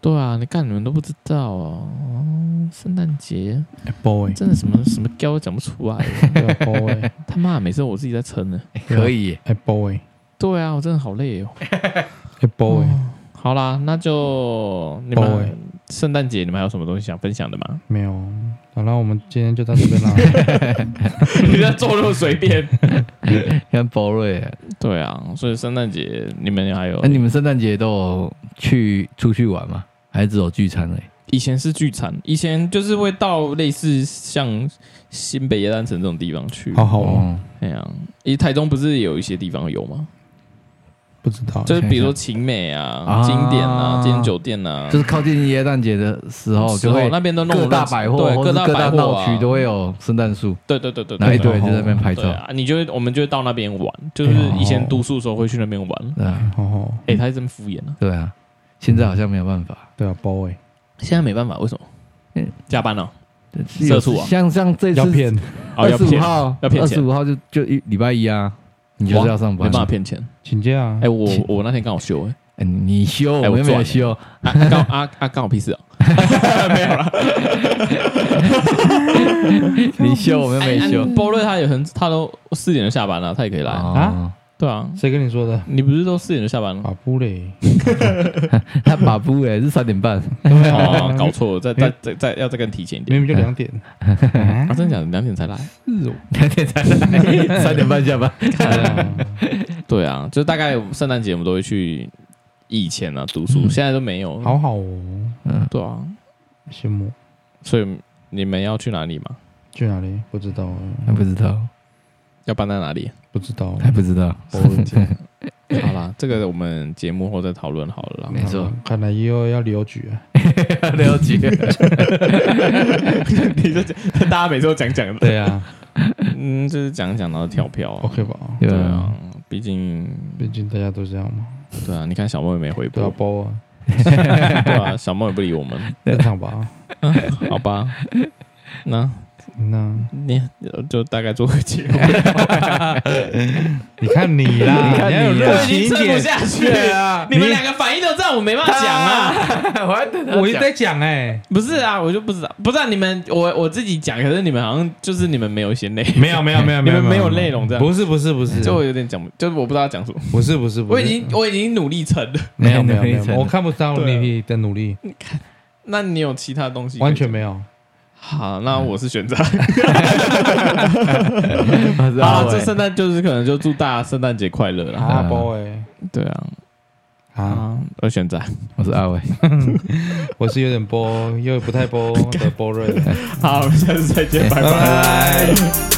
对啊，你干你们都不知道哦。哦圣诞节
boy，
真的什么什么胶都讲不出来，哦
哎 boy，
他妈每次我自己在撑呢。
可以耶，
哎 boy，
对啊，我真的好累哦。
哎 boy，
好啦，那就你
哦哎？
们圣诞节你们还有什么东西想分享的吗
没有。好了，我们今天就到这边啦。
你在做那么随便？
很 boring 耶。
对啊，所以圣诞节你们还有
那、？哎你们圣诞节都有去出去玩吗？还是只有聚餐而已？
以前是聚餐，以前就是会到类似像新北耶诞城这种地方去。
好好哦，
哦，
哎呀，以台中不是有一些地方有吗？
不知道，
就是比如说
想
晴美啊、
啊
经典啊、金酒店啊，
哦就是靠近耶诞节的时候，
时
就
候
会
那边都弄
各
得
大
乱七
百货
对
或
各
者
大
各
百
大
货
闹区
啊
都会哎有圣诞树，
对对对对，
然后一
对
堆人就在那边拍照
对。啊，你就会我们就会到那边
哎
玩，就是以前读书的时候会去那边玩。
对啊，
好好，
哎，他还真敷衍啊！
对啊，现在好像没有办法。
对啊，boy，
现在没办法，为什么
嗯？
加班了，
有
社畜啊
像像这
要
次
骗，
哦，
二
要
十五
骗，
号，
要骗
二
钱
十五号就就一礼拜一啊，你就是要上
没
班。
办法骗钱。
请假啊
哎，。我 我那天刚好休，哎，
哎，你休，
哎我
我们没
赚
有
了
休，
啊啊干啊啊干我屁事啊！
你休，我们没
哎
休
啊波瑞他也很，他都四点就下班了，他也可以
哦
来。
啊。
对哎啊，
谁跟你说的？
你不是都四点就下班了吗？
法布嘞，
他把不哎是三 点半，
对
哦，搞
啊，
错了，再再再再要再更提前一点。
明明就两点。
啊，真的假的？两点才来？
是哦，
两点才来，三点半下班。
对啊，就大概圣诞节我们都会去以前啊读书，现在都没有。，
嗯好好哦，
对啊，
羡慕。
所以你们要去哪里吗？
去哪里？不知道啊，
还不知道，
要搬到哪里？
不知道。啊
还不知 道，
好啦，这个我们节目后再讨论好了啦。
没错，
看来又要留局啊。
了解。
你就讲大家每次都讲讲的，
对啊
嗯，就是讲一讲然后跳票啊。
，OK 嗯吧？
对
对
啊
啊，，毕竟
毕竟大家都这样嘛，
对啊，你看小莫也没回
都要
拨，
包啊，
对啊，小莫也不理我们，
正常吧？
好吧？那
那
你就大概做个结尾。
你看你啦，你
看
要有
你啦
热
我已
情
经
一
撑不
点。
下去
对
了。
啊，
你们两个反应都这样，我没办法讲啊。
我还等
我一直在讲哎，
不是啊，我就不知道，不是、啊、你们，我我自己讲，可是你们好像就是你们没有一些内容，
没有没有没有
你
没有
们没有内容这样
不是不是不是，
就我有点嗯讲不，就是我不知道要讲什么。
不是不是，不
我
是
已经我已经努力成了，
没有没有没有
没
没
有
有，我看不到
对啊
你的努力，
那你有其他东西？
完全。没有。
好，那我是选择。
我知
嗯好
道
了，这
欸
圣诞就是可能就祝大家圣诞节快乐啦。
啊，包哎，
对啊，
啊，
啊，我选择。
我是阿伟，
我是有 点包，又不太包的包瑞。
哎好，我们下次再见，拜
拜
拜
拜。